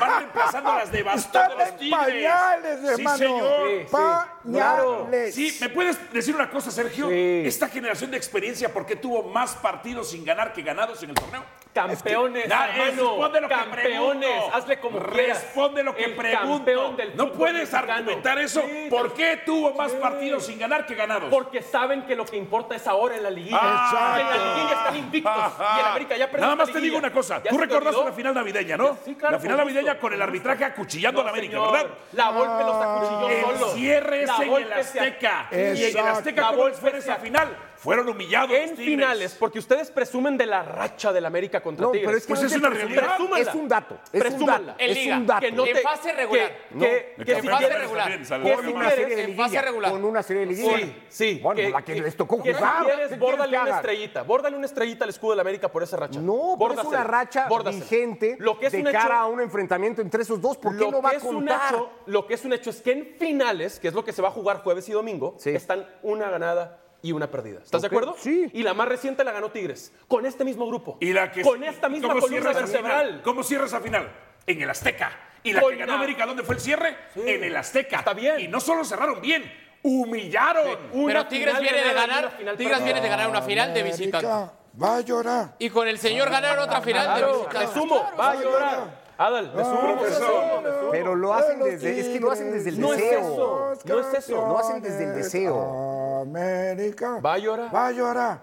Speaker 5: van reemplazando las de bastón
Speaker 6: Están
Speaker 5: de los
Speaker 6: en
Speaker 5: tigres.
Speaker 6: pañales, hermano.
Speaker 5: Sí, señor.
Speaker 6: Pañales.
Speaker 5: Sí, ¿me puedes decir una cosa, Sergio? Esta generación de experiencia, ¿por qué tuvo más partidos sin ganar que ganados en el torneo?
Speaker 7: Campeones,
Speaker 5: Na-
Speaker 7: hermano.
Speaker 5: responde lo que
Speaker 7: campeones,
Speaker 5: pregunto.
Speaker 7: hazle como quieras.
Speaker 5: Responde lo que
Speaker 7: El
Speaker 5: pregunto.
Speaker 7: campeón del
Speaker 5: no
Speaker 7: fútbol
Speaker 5: puedes
Speaker 7: mexicano.
Speaker 5: argumentar eso.
Speaker 7: Sí,
Speaker 5: ¿Por
Speaker 7: te-
Speaker 5: qué tuvo más
Speaker 7: Sí.
Speaker 5: partidos sin ganar que ganados?
Speaker 7: Porque saben que lo que importa es ahora en la liguilla.
Speaker 5: Ah,
Speaker 7: en la liguilla están invictos.
Speaker 5: Ajá.
Speaker 7: Y en América ya perdió
Speaker 5: Nada más
Speaker 7: la
Speaker 5: te
Speaker 7: liguilla.
Speaker 5: digo una cosa.
Speaker 7: ¿Ya
Speaker 5: Tú
Speaker 7: se te
Speaker 5: recordaste
Speaker 7: olvidó?
Speaker 5: la final navideña, ¿no?
Speaker 7: Sí, claro,
Speaker 5: la final
Speaker 7: con
Speaker 5: navideña
Speaker 7: gusto,
Speaker 5: con el
Speaker 7: con
Speaker 5: arbitraje acuchillando a la América,
Speaker 7: señor.
Speaker 5: ¿verdad?
Speaker 7: La Volpe los acuchilló
Speaker 5: El
Speaker 7: solo.
Speaker 5: cierre
Speaker 7: La
Speaker 5: es en el
Speaker 7: Volpe se-
Speaker 5: Azteca. Y en el
Speaker 6: Exacto.
Speaker 5: Azteca,
Speaker 7: La
Speaker 5: ¿cómo les
Speaker 7: Volpe
Speaker 5: fue en
Speaker 7: se-
Speaker 5: esa final? Fueron humillados los
Speaker 7: En
Speaker 5: Tigres.
Speaker 7: finales, porque ustedes presumen de la racha del América contra
Speaker 8: No,
Speaker 7: Tigres.
Speaker 8: pero es que
Speaker 5: Pues
Speaker 8: no
Speaker 5: es
Speaker 8: se
Speaker 5: una
Speaker 8: presume.
Speaker 5: realidad.
Speaker 7: Presúmanla.
Speaker 8: Es un dato. Es un
Speaker 7: Presúmanla.
Speaker 8: dato.
Speaker 9: En
Speaker 8: Es
Speaker 9: liga,
Speaker 8: un dato.
Speaker 9: que no-
Speaker 7: te-
Speaker 9: En fase regular.
Speaker 7: Que, que-
Speaker 5: En
Speaker 7: que
Speaker 5: fase
Speaker 7: si quieres-
Speaker 5: regular.
Speaker 7: que
Speaker 5: Sale,
Speaker 7: si
Speaker 5: Jorge
Speaker 8: Con una
Speaker 7: quieres-
Speaker 8: serie de
Speaker 9: en fase
Speaker 8: liguilla,
Speaker 9: regular.
Speaker 8: Con una serie de liguilla.
Speaker 7: Sí, sí.
Speaker 8: Bueno,
Speaker 7: que-
Speaker 8: la que, les tocó
Speaker 7: que
Speaker 8: jugar.
Speaker 7: Si quieres, bórdale una
Speaker 8: estrella.
Speaker 7: estrellita. Bórdale una estrellita al escudo de la América por esa racha.
Speaker 8: No, pero es
Speaker 7: Bórdasela,
Speaker 8: una racha
Speaker 7: bórdasela.
Speaker 8: vigente
Speaker 7: Lo que es
Speaker 8: de
Speaker 7: un hecho-
Speaker 8: cara a un enfrentamiento entre esos dos. ¿Por qué
Speaker 7: lo
Speaker 8: no va
Speaker 7: que
Speaker 8: a
Speaker 7: es un
Speaker 8: contar?
Speaker 7: hecho- lo que es un hecho es que en finales, que es lo que se va a jugar jueves y domingo,
Speaker 8: Sí.
Speaker 7: están una ganada y una perdida. ¿Estás
Speaker 8: Ok,
Speaker 7: de acuerdo?
Speaker 8: sí.
Speaker 7: Y la más reciente la ganó Tigres, con este mismo grupo.
Speaker 5: Y la que
Speaker 7: con esta misma
Speaker 5: ¿cómo
Speaker 7: columna
Speaker 5: cierras esa
Speaker 7: vertebral.
Speaker 5: final? ¿Cómo cierra esa final? En el Azteca. Y la
Speaker 7: Con
Speaker 5: que ganó
Speaker 7: la-
Speaker 5: América, ¿dónde fue el cierre? En el Azteca.
Speaker 7: Está bien.
Speaker 5: Y no solo cerraron bien, humillaron.
Speaker 7: Una
Speaker 9: Pero Tigres
Speaker 7: final
Speaker 9: viene de
Speaker 7: ganada y una
Speaker 9: ganar,
Speaker 7: final
Speaker 9: Tigres viene de ganar una final de visitante.
Speaker 6: América va a llorar.
Speaker 9: Y con el señor ganaron otra final de
Speaker 7: Ah, Claro, le
Speaker 9: visitante.
Speaker 7: sumo, va a llorar. Adal, le sumo.
Speaker 8: Pero lo hacen desde. Es que lo hacen desde el
Speaker 7: No es
Speaker 8: deseo.
Speaker 7: eso, no es eso.
Speaker 8: Lo hacen desde el deseo.
Speaker 6: América.
Speaker 7: Va a llorar.
Speaker 6: Va a llorar.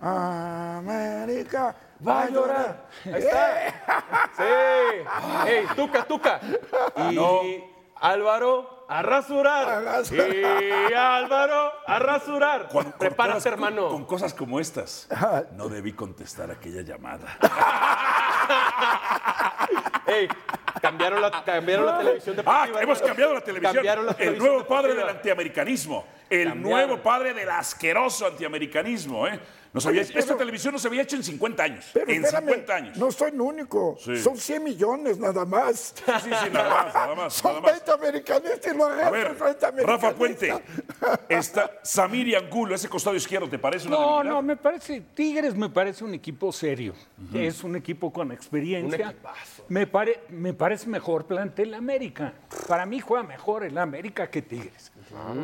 Speaker 6: América.
Speaker 7: Va a llorar.
Speaker 6: Eh,
Speaker 7: Ahí está. Sí. Ey, tuca, tuca. Y Álvaro a rasurar. Y Álvaro a rasurar.
Speaker 5: Cuando- con cosas-
Speaker 7: Prepárate, hermano.
Speaker 5: Con, cosas como estas. No debí contestar aquella llamada.
Speaker 7: Ey, cambiaron la, cambiaron la televisión
Speaker 5: Ah,
Speaker 7: deportiva.
Speaker 5: hemos cambiado la televisión.
Speaker 7: Cambiaron la
Speaker 5: el
Speaker 7: televisión
Speaker 5: nuevo padre del
Speaker 7: deportiva.
Speaker 5: antiamericanismo. El nuevo padre del asqueroso antiamericanismo. ¿eh? No se había- esta televisión no se había hecho en 50 años.
Speaker 6: Pero
Speaker 5: en
Speaker 6: espérame,
Speaker 5: 50 años.
Speaker 6: no soy el único. Son 100 millones nada más.
Speaker 5: Sí, sí, nada más, nada más, nada
Speaker 6: Son
Speaker 5: más.
Speaker 6: 20 americanistas y los
Speaker 5: A
Speaker 6: restos
Speaker 5: ver,
Speaker 6: 30 americanistas.
Speaker 5: Rafa Puente, está Samir y Angulo, ese costado izquierdo, ¿te parece una
Speaker 10: No,
Speaker 5: debilidad?
Speaker 10: no, me parece, Tigres me parece un equipo serio. Es un equipo con experiencia. me, pare- me parece mejor plantel América. Para mí juega mejor el América que Tigres.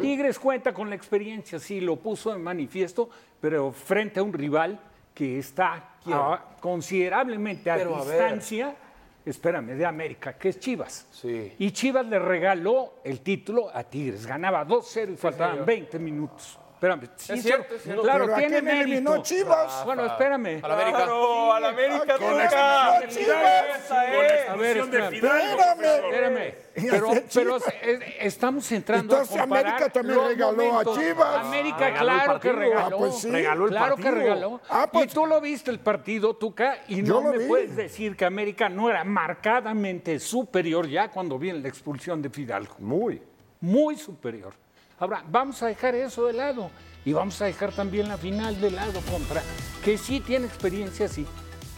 Speaker 10: Tigres cuenta con la experiencia, sí, lo puso en manifiesto, pero frente a un rival que está a- considerablemente a
Speaker 7: Ah. Pero a ver.
Speaker 10: distancia, espérame, de América, que es Chivas.
Speaker 7: Sí.
Speaker 10: Y Chivas le regaló el título a Tigres. Ganaba 2-0 y faltaban
Speaker 7: señor.
Speaker 10: 20 minutos. Espérame, sí,
Speaker 7: cierto, es cierto.
Speaker 10: Claro,
Speaker 6: ¿Pero a
Speaker 10: tiene
Speaker 6: quién eliminó
Speaker 10: mérito.
Speaker 6: Chivas?
Speaker 10: Bueno, espérame.
Speaker 9: A la América.
Speaker 7: Claro, a la América,
Speaker 6: Con
Speaker 7: Tuca.
Speaker 6: la excepción Chivas.
Speaker 7: Esa
Speaker 5: Con la
Speaker 7: es.
Speaker 10: A ver,
Speaker 5: expulsión de
Speaker 10: espérame.
Speaker 5: Fidalgo,
Speaker 6: Espérame.
Speaker 5: profesor.
Speaker 10: Espérame,
Speaker 6: Y
Speaker 10: pero,
Speaker 6: hacer
Speaker 10: pero
Speaker 6: Chivas.
Speaker 10: es- estamos entrando
Speaker 6: Este Entonces,
Speaker 10: a comparar
Speaker 6: América también
Speaker 10: los
Speaker 6: regaló a
Speaker 10: momentos.
Speaker 6: Chivas.
Speaker 10: América,
Speaker 7: regaló el
Speaker 10: claro que
Speaker 7: partido.
Speaker 10: regaló.
Speaker 6: Ah, pues sí.
Speaker 7: Regaló el
Speaker 10: claro
Speaker 7: partido.
Speaker 10: que regaló.
Speaker 6: Ah, pues-
Speaker 10: Y tú lo viste el partido, Tuca, y
Speaker 6: Yo
Speaker 10: no
Speaker 6: lo
Speaker 10: me
Speaker 6: vi.
Speaker 10: puedes decir que América no era marcadamente superior ya cuando viene la expulsión de Fidalgo. Muy. Muy superior. Ahora, vamos a dejar eso de lado. Y vamos a dejar también la final de lado contra, que sí tiene experiencia, sí.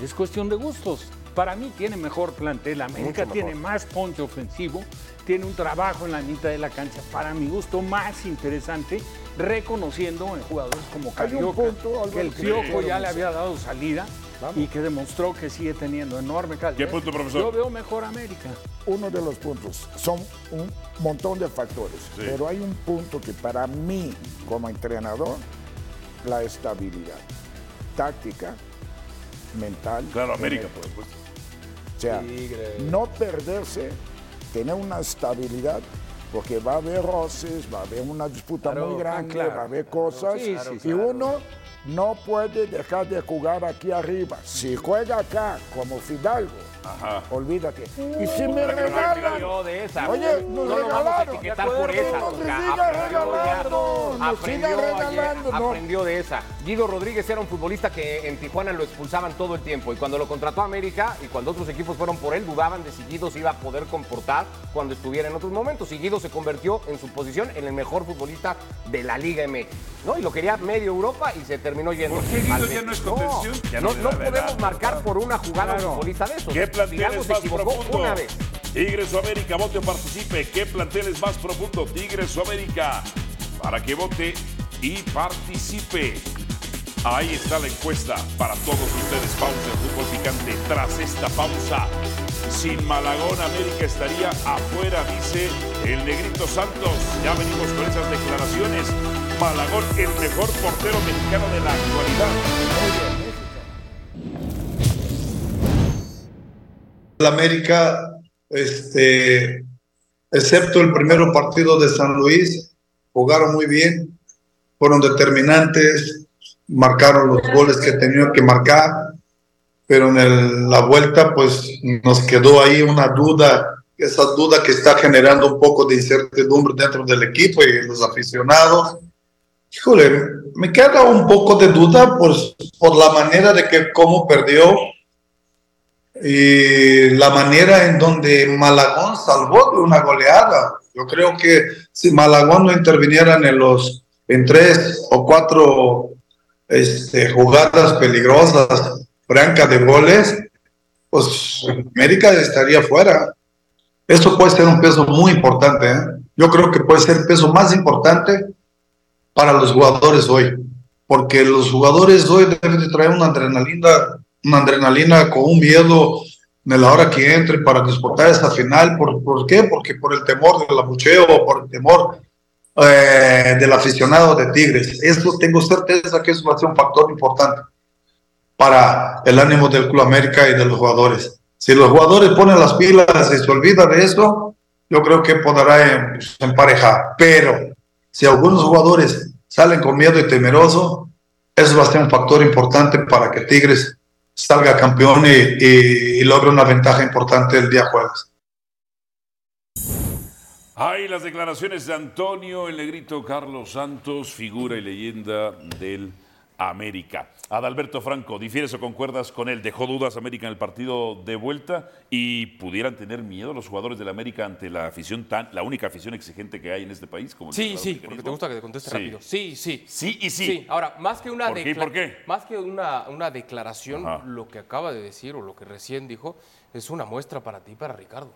Speaker 10: Es cuestión de gustos. Para mí tiene mejor plantel. América tiene más ponche ofensivo, tiene un trabajo en la mitad de la cancha, para mi gusto, más interesante, reconociendo en jugadores como
Speaker 6: Hay un
Speaker 10: Carioca,
Speaker 6: punto, Álvaro,
Speaker 10: que el
Speaker 6: que no
Speaker 10: Piojo
Speaker 6: quiero
Speaker 10: ya le
Speaker 6: mencionar.
Speaker 10: había dado salida y que demostró que sigue teniendo enorme calidad.
Speaker 5: ¿Qué punto, profesor?
Speaker 10: Yo veo mejor a América.
Speaker 6: uno de los puntos. Son un montón de factores, pero hay un punto que para mí, como entrenador, la estabilidad táctica, mental.
Speaker 5: Claro, América,
Speaker 6: genética.
Speaker 5: por supuesto.
Speaker 6: O sea, no perderse, tener una estabilidad, porque va a haber roces, va a haber una disputa muy grande, va a haber cosas.
Speaker 10: Sí, sí,
Speaker 6: y uno no puede dejar de jugar aquí arriba. Si juega acá como Fidalgo, olvídate. Y si me regalan.
Speaker 9: Yo de esa.
Speaker 6: Oye, nos
Speaker 9: no lo vamos a
Speaker 6: regalaron.
Speaker 9: etiquetar por esa.
Speaker 6: No nos
Speaker 9: Tuca.
Speaker 6: sigan
Speaker 9: Aprendió ya.
Speaker 6: regalando, nos
Speaker 9: Aprendió
Speaker 6: sigan
Speaker 9: ayer,
Speaker 6: regalando, no.
Speaker 8: aprendió de esa. Guido Rodríguez era un futbolista que en Tijuana lo expulsaban todo el tiempo y cuando lo contrató a América y cuando otros equipos fueron por él dudaban de si Guido se iba a poder comportar cuando estuviera en otros momentos y Guido se convirtió en su posición en el mejor futbolista de la Liga MX, ¿no? Y lo quería medio Europa y se terminó yendo.
Speaker 5: ¿Por qué Guido
Speaker 8: al
Speaker 5: ya no es
Speaker 8: Benfica.
Speaker 5: contención? Ya no
Speaker 8: No,
Speaker 5: le
Speaker 8: no
Speaker 5: da la edad,
Speaker 8: podemos marcar
Speaker 5: ¿no?
Speaker 8: por una jugada a un futbolista de esos.
Speaker 5: ¿Qué plantel
Speaker 8: Fidalgo
Speaker 5: es
Speaker 8: se
Speaker 5: más
Speaker 8: equivocó
Speaker 5: profundo?
Speaker 8: una vez.
Speaker 5: Tigres o América, vote o participe. ¿Qué plantel es más profundo? Tigres o América. Para que vote y participe. Ahí está la encuesta para todos ustedes. Pausa en fútbol picante. Tras esta pausa, sin Malagón, América estaría afuera, dice el Negrito Santos. Ya venimos con esas declaraciones. Malagón, el mejor portero mexicano de la actualidad.
Speaker 11: la América, este, excepto el primer partido de San Luis, jugaron muy bien, fueron determinantes, marcaron los goles que tenían que marcar, pero en el- la vuelta pues nos quedó ahí una duda, esa duda que está generando un poco de incertidumbre dentro del equipo y los aficionados. Híjole, me queda un poco de duda por, por la manera de que cómo perdió y la manera en donde Malagón salvó de una goleada. Yo creo que si Malagón no interviniera en los en tres o cuatro este, jugadas peligrosas, francas de goles, pues América estaría fuera. Eso puede ser un peso muy importante. ¿eh? Yo creo que puede ser el peso más importante para los jugadores hoy, porque los jugadores hoy deben de traer una adrenalina, una adrenalina con un miedo de la hora que entre para disputar esa final. ¿Por, por qué? Porque por el temor del abucheo, por el temor eh, del aficionado de Tigres. Eso tengo certeza que eso va a ser un factor importante para el ánimo del Club América y de los jugadores. Si los jugadores ponen las pilas y se olvidan de eso, yo creo que podrá em- emparejar. Pero si algunos jugadores salen con miedo y temeroso, eso va a ser un factor importante para que Tigres salga campeón y, y- y logre una ventaja importante el día jueves.
Speaker 5: Hay las declaraciones de Antonio, el negrito Carlos Santos, figura y leyenda del América. Adalberto Franco, ¿difieres o concuerdas con él? ¿Dejó dudas América en el partido de vuelta? ¿Y pudieran tener miedo los jugadores del América ante la afición tan, la única afición exigente que hay en este país? Como el
Speaker 9: Sí, sí,
Speaker 5: americanismo?
Speaker 9: porque te gusta que te conteste
Speaker 5: Sí.
Speaker 9: rápido. Sí, sí.
Speaker 5: Sí y sí.
Speaker 9: Sí, ahora, más que una,
Speaker 5: ¿Por qué y
Speaker 9: decla-
Speaker 5: por qué?
Speaker 9: Más que una, una declaración,
Speaker 5: Ajá.
Speaker 9: lo que acaba de decir o lo que recién dijo es una muestra para ti y para Ricardo.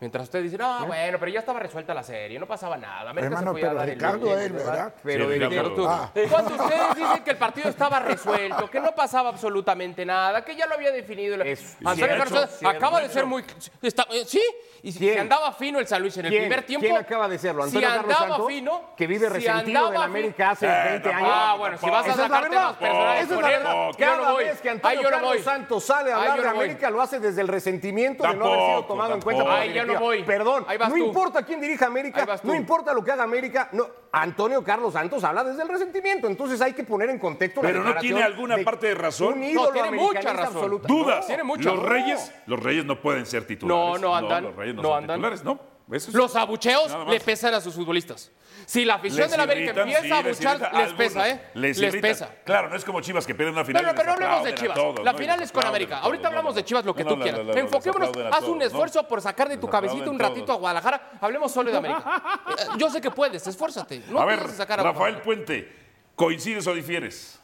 Speaker 9: Mientras ustedes dicen,
Speaker 8: ¿Eh?
Speaker 9: ah, bueno, pero ya estaba resuelta la serie, no pasaba nada. América
Speaker 6: Hermano,
Speaker 9: se podía
Speaker 6: pero
Speaker 9: dar el
Speaker 6: Ricardo
Speaker 9: lujo,
Speaker 6: él, ¿verdad?
Speaker 9: Pero
Speaker 6: Sí,
Speaker 9: el-
Speaker 6: Ricardo.
Speaker 9: Ricardo, tú-
Speaker 6: Ah.
Speaker 9: Cuando ustedes dicen que el partido estaba resuelto, que no pasaba absolutamente nada, que ya lo había definido. el- Antonio
Speaker 8: cierto,
Speaker 9: Carlos Sosa
Speaker 8: cierto.
Speaker 9: acaba de ser muy... está- eh, sí, y si
Speaker 8: ¿Quién?
Speaker 9: si andaba fino el San Luis en el
Speaker 8: ¿Quién?
Speaker 9: primer tiempo...
Speaker 8: ¿Quién acaba de serlo?
Speaker 9: Si
Speaker 8: ¿Antonio Carlos
Speaker 9: andaba
Speaker 8: Santos?
Speaker 9: fino...
Speaker 8: que vive
Speaker 9: si
Speaker 8: resentido de
Speaker 9: andaba
Speaker 8: la
Speaker 9: fi-
Speaker 8: América hace
Speaker 9: Eh,
Speaker 8: 20
Speaker 9: tampoco,
Speaker 8: años.
Speaker 9: Ah, bueno, si vas a
Speaker 8: Esa es la
Speaker 9: sacarte
Speaker 8: verdad.
Speaker 9: los
Speaker 8: Esa
Speaker 9: personales
Speaker 8: es
Speaker 9: por
Speaker 8: la
Speaker 9: él,
Speaker 8: verdad.
Speaker 9: yo no
Speaker 8: Cada
Speaker 9: voy.
Speaker 8: vez que
Speaker 9: Ahí
Speaker 8: Antonio
Speaker 9: yo no
Speaker 8: Carlos
Speaker 9: voy.
Speaker 8: Santos sale a
Speaker 9: Ahí
Speaker 8: hablar
Speaker 9: yo
Speaker 8: de
Speaker 9: no voy.
Speaker 8: América, lo hace desde el resentimiento de no haber sido
Speaker 9: Tampoco,
Speaker 8: tomado en cuenta.
Speaker 9: tampoco.
Speaker 8: por la
Speaker 9: Ahí yo no
Speaker 8: directiva.
Speaker 9: voy.
Speaker 8: Perdón,
Speaker 9: Ahí vas
Speaker 8: no
Speaker 9: tú.
Speaker 8: importa quién dirija América, no importa lo que haga América. No, Antonio Carlos Santos habla desde el resentimiento, entonces hay que poner en contexto la
Speaker 5: Pero no
Speaker 8: declaración
Speaker 5: tiene alguna
Speaker 8: de-
Speaker 5: parte de razón.
Speaker 8: Un ídolo americanista absoluto.
Speaker 5: Dudas.
Speaker 8: No,
Speaker 5: Los reyes, los reyes no pueden ser titulares.
Speaker 9: No, no andan,
Speaker 5: los reyes no,
Speaker 9: no
Speaker 5: son
Speaker 9: andan.
Speaker 5: titulares, no. Eso es-
Speaker 9: Los abucheos
Speaker 5: Nada más.
Speaker 9: le pesan a sus futbolistas. Si la afición
Speaker 5: Les
Speaker 9: de la América
Speaker 5: irritan,
Speaker 9: empieza
Speaker 5: sí,
Speaker 9: a
Speaker 5: les
Speaker 9: abuchar,
Speaker 5: irritan.
Speaker 9: les, pesa,
Speaker 5: Algunos
Speaker 9: ¿eh?
Speaker 5: Les,
Speaker 9: les
Speaker 5: irritan.
Speaker 9: pesa.
Speaker 5: Claro, no es como Chivas que pierden una
Speaker 9: No,
Speaker 5: final.
Speaker 9: no,
Speaker 5: y
Speaker 9: pero no
Speaker 5: les
Speaker 9: hablemos de
Speaker 5: aplauden a
Speaker 9: Chivas.
Speaker 5: todos,
Speaker 9: la
Speaker 5: ¿no? Y
Speaker 9: final
Speaker 5: les
Speaker 9: es con
Speaker 5: aplauden
Speaker 9: América.
Speaker 5: a
Speaker 9: Ahorita
Speaker 5: todos,
Speaker 9: hablamos
Speaker 5: no,
Speaker 9: de Chivas lo que
Speaker 5: no,
Speaker 9: tú
Speaker 5: no,
Speaker 9: quieras.
Speaker 5: no, no, no, les
Speaker 9: Enfoquémonos,
Speaker 5: aplauden a
Speaker 9: haz
Speaker 5: todos,
Speaker 9: un
Speaker 5: ¿no?
Speaker 9: esfuerzo por sacar de tu
Speaker 5: Les aplauden
Speaker 9: cabecita un
Speaker 5: todos.
Speaker 9: ratito a Guadalajara. Hablemos solo de América. Eh, Yo sé que puedes, esfuérzate. No
Speaker 5: a ver,
Speaker 9: pienses sacar a
Speaker 5: Rafael Puente, ¿coincides o difieres?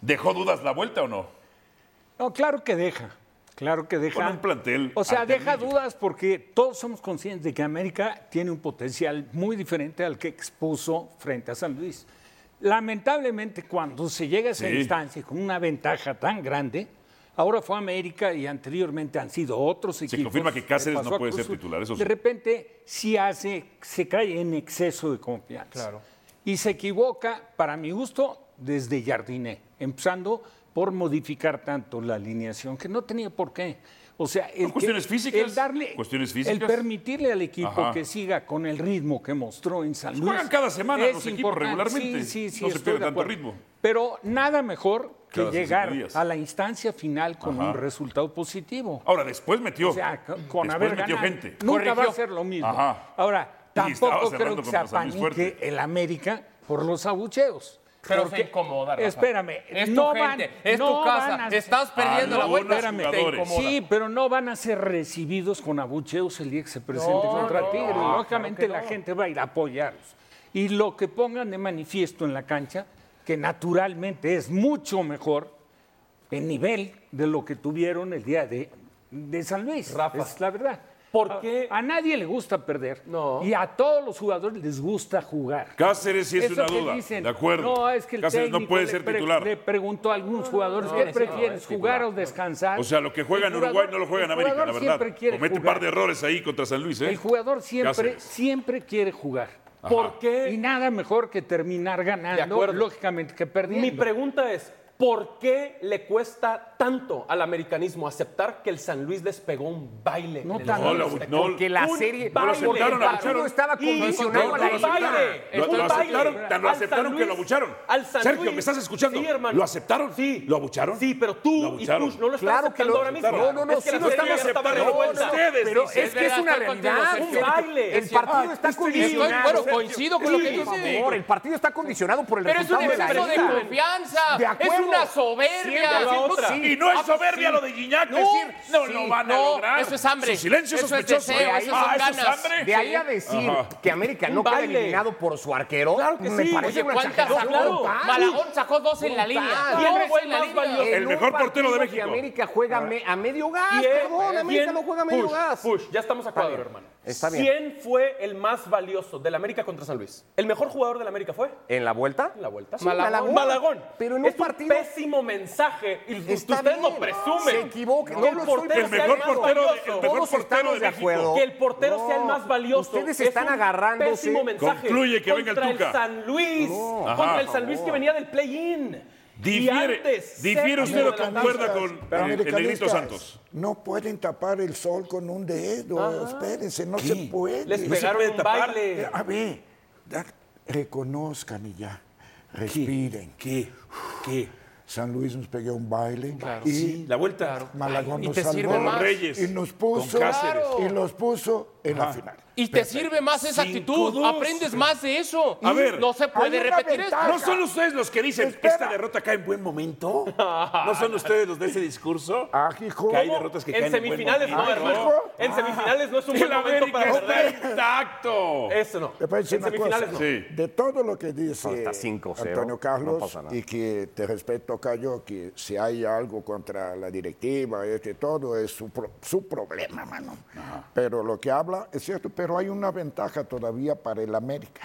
Speaker 5: ¿Dejó dudas la vuelta o no?
Speaker 10: No, claro que deja. Claro que deja.
Speaker 5: Con un plantel.
Speaker 10: O sea,
Speaker 5: alternativo.
Speaker 10: deja dudas porque todos somos conscientes de que América tiene un potencial muy diferente al que expuso frente a San Luis. Lamentablemente, cuando se llega a esa
Speaker 5: Sí.
Speaker 10: instancia con una ventaja tan grande, ahora fue América y anteriormente han sido otros equipos.
Speaker 5: confirma que
Speaker 10: Le
Speaker 5: Cáceres
Speaker 10: pasó
Speaker 5: no
Speaker 10: a
Speaker 5: puede
Speaker 10: Cruz
Speaker 5: ser
Speaker 10: Azul.
Speaker 5: titular, eso sí.
Speaker 10: De repente, sí hace, se cae en exceso de confianza.
Speaker 9: Claro.
Speaker 10: Y se equivoca, para mi gusto, desde Jardiné, empezando por modificar tanto la alineación, que no tenía por qué. O sea, el, que-
Speaker 5: cuestiones físicas,
Speaker 10: el darle,
Speaker 5: cuestiones físicas.
Speaker 10: el permitirle al equipo
Speaker 5: Ajá.
Speaker 10: que siga con el ritmo que mostró en San
Speaker 5: Pues
Speaker 10: Luis.
Speaker 5: juegan cada semana
Speaker 10: es
Speaker 5: los equipos
Speaker 10: importante.
Speaker 5: regularmente.
Speaker 10: Sí, sí, sí,
Speaker 5: No se
Speaker 10: estoy
Speaker 5: pierde
Speaker 10: de
Speaker 5: tanto
Speaker 10: acuerdo.
Speaker 5: ritmo.
Speaker 10: Pero nada mejor que
Speaker 5: Cada 60
Speaker 10: llegar
Speaker 5: días.
Speaker 10: a la instancia final con
Speaker 5: Ajá.
Speaker 10: un resultado positivo.
Speaker 5: Ahora, después metió.
Speaker 10: O sea, con con
Speaker 5: Después
Speaker 10: haber
Speaker 5: metió
Speaker 10: ganado.
Speaker 5: gente.
Speaker 10: Nunca va
Speaker 5: Corrigió.
Speaker 10: a ser lo mismo.
Speaker 5: Ajá.
Speaker 10: Ahora,
Speaker 5: Y estaba
Speaker 10: tampoco
Speaker 5: cerrando
Speaker 10: creo que se
Speaker 5: contra San Luis
Speaker 10: apanique el América por los abucheos.
Speaker 9: Pero
Speaker 10: Porque-
Speaker 9: se incomoda, Rafa.
Speaker 10: Espérame,
Speaker 9: Es tu
Speaker 10: no van,
Speaker 9: gente, es
Speaker 10: no
Speaker 9: tu
Speaker 10: van
Speaker 9: casa.
Speaker 10: a-
Speaker 9: Estás perdiendo la vuelta.
Speaker 10: Espérame.
Speaker 9: te incomoda.
Speaker 10: Sí, pero no van a ser recibidos con abucheos el día que se presente
Speaker 9: No,
Speaker 10: contra
Speaker 9: no,
Speaker 10: Tigres.
Speaker 9: claro
Speaker 10: Lógicamente
Speaker 9: que
Speaker 10: la
Speaker 9: no.
Speaker 10: gente va a ir a apoyarlos. Y lo que pongan de manifiesto en la cancha, que naturalmente es mucho mejor en nivel de lo que tuvieron el día de, de San Luis.
Speaker 7: Rafa.
Speaker 10: Es la verdad.
Speaker 7: ¿Por
Speaker 10: A-
Speaker 7: qué?
Speaker 10: A, nadie le gusta perder. Y a todos los jugadores les gusta jugar.
Speaker 5: Cáceres sí es
Speaker 10: Eso
Speaker 5: una
Speaker 10: que
Speaker 5: duda.
Speaker 10: dicen,
Speaker 5: de acuerdo.
Speaker 10: No, es que el
Speaker 5: Cáceres no
Speaker 10: técnico
Speaker 5: puede
Speaker 10: le
Speaker 5: ser
Speaker 10: pre-
Speaker 5: titular.
Speaker 10: Le preguntó a algunos jugadores, ¿qué prefieres, jugar o descansar?
Speaker 5: O sea, lo que juega en
Speaker 10: El jugador-
Speaker 5: Uruguay no lo juega en
Speaker 10: el
Speaker 5: América, la
Speaker 10: jugador
Speaker 5: verdad.
Speaker 10: siempre quiere
Speaker 5: Comete un
Speaker 10: jugar.
Speaker 5: par de errores ahí contra San Luis, ¿eh?
Speaker 10: El jugador siempre,
Speaker 5: Cáceres.
Speaker 10: siempre quiere jugar.
Speaker 5: Ajá.
Speaker 10: ¿Por qué? Y nada mejor que terminar ganando,
Speaker 7: acuerdo.
Speaker 10: lógicamente, que
Speaker 7: Mi
Speaker 10: perdiendo.
Speaker 7: pregunta es, ¿por qué le cuesta tanto al americanismo aceptar que el San Luis les pegó un baile?
Speaker 10: No
Speaker 7: en el
Speaker 10: tan-
Speaker 7: Azteca?
Speaker 5: No, la- no,
Speaker 8: Porque la
Speaker 7: Un
Speaker 8: serie,
Speaker 7: baile.
Speaker 8: porque el
Speaker 5: aceptaron, la
Speaker 8: partido
Speaker 5: lucharon.
Speaker 8: estaba
Speaker 7: Y-
Speaker 8: condicionado a
Speaker 5: no,
Speaker 8: la
Speaker 5: no lo aceptaron.
Speaker 8: liguilla.
Speaker 5: Lo,
Speaker 7: baile. Es un
Speaker 5: lo aceptaron,
Speaker 7: baile.
Speaker 5: tan lo
Speaker 7: Al
Speaker 5: aceptaron
Speaker 7: San
Speaker 5: que lo
Speaker 7: Luis-
Speaker 5: abucharon.
Speaker 7: al San
Speaker 5: Sergio,
Speaker 7: Luis.
Speaker 5: ¿me estás escuchando?
Speaker 7: Sí, hermano.
Speaker 5: ¿Lo aceptaron?
Speaker 7: Sí.
Speaker 5: ¿Lo abucharon?
Speaker 7: Sí, pero
Speaker 5: Lo
Speaker 7: tú y
Speaker 5: abucharon.
Speaker 7: Cruz no lo están
Speaker 8: Claro que
Speaker 7: aceptando
Speaker 8: lo
Speaker 7: ahora mismo.
Speaker 8: No, no, no,
Speaker 7: Es que
Speaker 8: sí
Speaker 7: la
Speaker 8: lo están
Speaker 7: serie ya estaba
Speaker 5: aceptando.
Speaker 7: revuelta.
Speaker 5: No, ustedes
Speaker 8: Pero
Speaker 5: dicen.
Speaker 8: es que es una
Speaker 9: Estoy contigo,
Speaker 8: realidad.
Speaker 9: Sergio.
Speaker 8: Sergio.
Speaker 7: Un baile.
Speaker 8: El partido está
Speaker 9: Estoy-
Speaker 8: condicionado.
Speaker 9: bueno, coincido con lo que dices.
Speaker 8: Por favor, el partido está condicionado por el
Speaker 9: Pero es un
Speaker 8: resultado de la
Speaker 9: exceso de
Speaker 8: liga.
Speaker 9: confianza.
Speaker 8: De
Speaker 9: Es
Speaker 8: acuerdo.
Speaker 9: una soberbia.
Speaker 7: Siempre la otra.
Speaker 9: Sí.
Speaker 5: Y no es
Speaker 9: Ah,
Speaker 5: soberbia
Speaker 9: sí.
Speaker 5: lo de Guiñac,
Speaker 9: No,
Speaker 5: decir, no
Speaker 9: sí,
Speaker 5: lo van a
Speaker 9: no,
Speaker 5: lograr.
Speaker 9: eso es hambre.
Speaker 5: Su silencio
Speaker 9: Eso es
Speaker 5: sospechoso.
Speaker 9: deseo, eso son
Speaker 5: ah, eso es
Speaker 9: ganas.
Speaker 5: hambre.
Speaker 8: De ahí a decir que América
Speaker 7: Un
Speaker 8: no queda
Speaker 7: baile.
Speaker 8: eliminado por su arquero,
Speaker 7: Claro que
Speaker 8: me
Speaker 7: sí.
Speaker 8: parece
Speaker 9: Oye,
Speaker 8: una
Speaker 9: ¿cuántas
Speaker 8: exageración.
Speaker 9: sacó?
Speaker 8: total.
Speaker 9: Malagón sacó dos en la línea.
Speaker 8: Total.
Speaker 9: ¿Quién
Speaker 7: ¿Quién
Speaker 9: fue
Speaker 7: fue
Speaker 9: en la
Speaker 7: más valioso?
Speaker 9: línea?
Speaker 5: El
Speaker 8: En un
Speaker 5: mejor portero de
Speaker 8: partido que
Speaker 5: México.
Speaker 8: América juega me- a medio gas,
Speaker 7: ¿Quién-
Speaker 8: perdón, América
Speaker 7: quién-
Speaker 8: no juega a medio
Speaker 7: Push,
Speaker 8: gas.
Speaker 7: push, ya estamos a
Speaker 8: Está
Speaker 7: cuadro,
Speaker 8: bien,
Speaker 7: hermano.
Speaker 8: está bien.
Speaker 7: ¿Quién fue el más valioso del América contra San Luis? ¿El mejor jugador del América fue?
Speaker 8: ¿En la vuelta?
Speaker 7: En la vuelta.
Speaker 8: Sí, Malagón.
Speaker 7: Malagón.
Speaker 8: Pero en un
Speaker 7: es
Speaker 8: partido-
Speaker 7: un pésimo mensaje. Y
Speaker 8: Está
Speaker 7: ustedes
Speaker 8: bien.
Speaker 7: lo presumen.
Speaker 8: Se equivoca.
Speaker 7: Que
Speaker 8: No, lo
Speaker 7: el
Speaker 8: estoy
Speaker 7: portero
Speaker 5: El
Speaker 7: sea
Speaker 5: mejor
Speaker 7: más
Speaker 5: portero, de- el mejor
Speaker 7: valioso.
Speaker 8: Todos
Speaker 5: portero
Speaker 8: estamos
Speaker 5: de
Speaker 8: de acuerdo.
Speaker 5: México.
Speaker 7: Que el portero sea el más valioso.
Speaker 8: ustedes
Speaker 7: Es
Speaker 8: están
Speaker 7: un
Speaker 8: agarrándose.
Speaker 7: Pésimo mensaje.
Speaker 5: Concluye que venga el
Speaker 7: Contra
Speaker 5: Tuca.
Speaker 7: el San Luis.
Speaker 5: Ajá.
Speaker 7: Contra el San Luis que venía del play-in. Y
Speaker 5: Difiere,
Speaker 7: antes,
Speaker 5: difiere usted
Speaker 7: séptimo
Speaker 5: o
Speaker 7: de la
Speaker 5: concuerda
Speaker 7: tabla.
Speaker 5: con
Speaker 6: Pero
Speaker 5: eh, el Negrito
Speaker 6: americanistas,
Speaker 5: Santos.
Speaker 6: No pueden tapar el sol con un dedo. Espérense, no se puede.
Speaker 7: Les
Speaker 6: No se
Speaker 7: pegaron
Speaker 5: puede
Speaker 7: un
Speaker 5: tapar.
Speaker 7: baile.
Speaker 6: Eh, A ver, da- reconozcan y ya. Respiren. ¿Qué? ¿Qué? San Luis nos pegó un baile y
Speaker 5: La vuelta.
Speaker 6: Malagón
Speaker 9: Y
Speaker 6: nos
Speaker 9: te sirve
Speaker 6: salvó
Speaker 5: más.
Speaker 6: y nos puso
Speaker 5: Con Cáceres.
Speaker 6: y los puso en la final.
Speaker 9: Y te sirve más esa actitud, aprendes más de eso.
Speaker 5: eh. A ver,
Speaker 9: no se puede repetir esto.
Speaker 5: ¿No son ustedes los que dicen esta derrota cae en buen momento? ¿No son ustedes los de ese discurso?
Speaker 6: Ah,
Speaker 5: Que hay derrotas que
Speaker 7: En
Speaker 5: caen en buen
Speaker 7: semifinales no,
Speaker 5: momento. Ah,
Speaker 7: hermano. En semifinales no es un
Speaker 5: El
Speaker 7: buen momento
Speaker 5: América
Speaker 7: para
Speaker 5: está
Speaker 7: perder.
Speaker 5: intacto.
Speaker 7: Eso no.
Speaker 6: Te puedo decir
Speaker 7: En
Speaker 6: una
Speaker 7: semifinales
Speaker 6: cosa,
Speaker 7: no.
Speaker 6: De todo lo que dice
Speaker 8: Hasta 5-0,
Speaker 6: Antonio
Speaker 8: no
Speaker 6: Carlos,
Speaker 8: pasa nada.
Speaker 6: y que te respeto, Cayo, que si hay algo contra la directiva, este todo, es su, pro- su problema, mano. Pero lo que habla es cierto, pero hay una ventaja todavía para el América.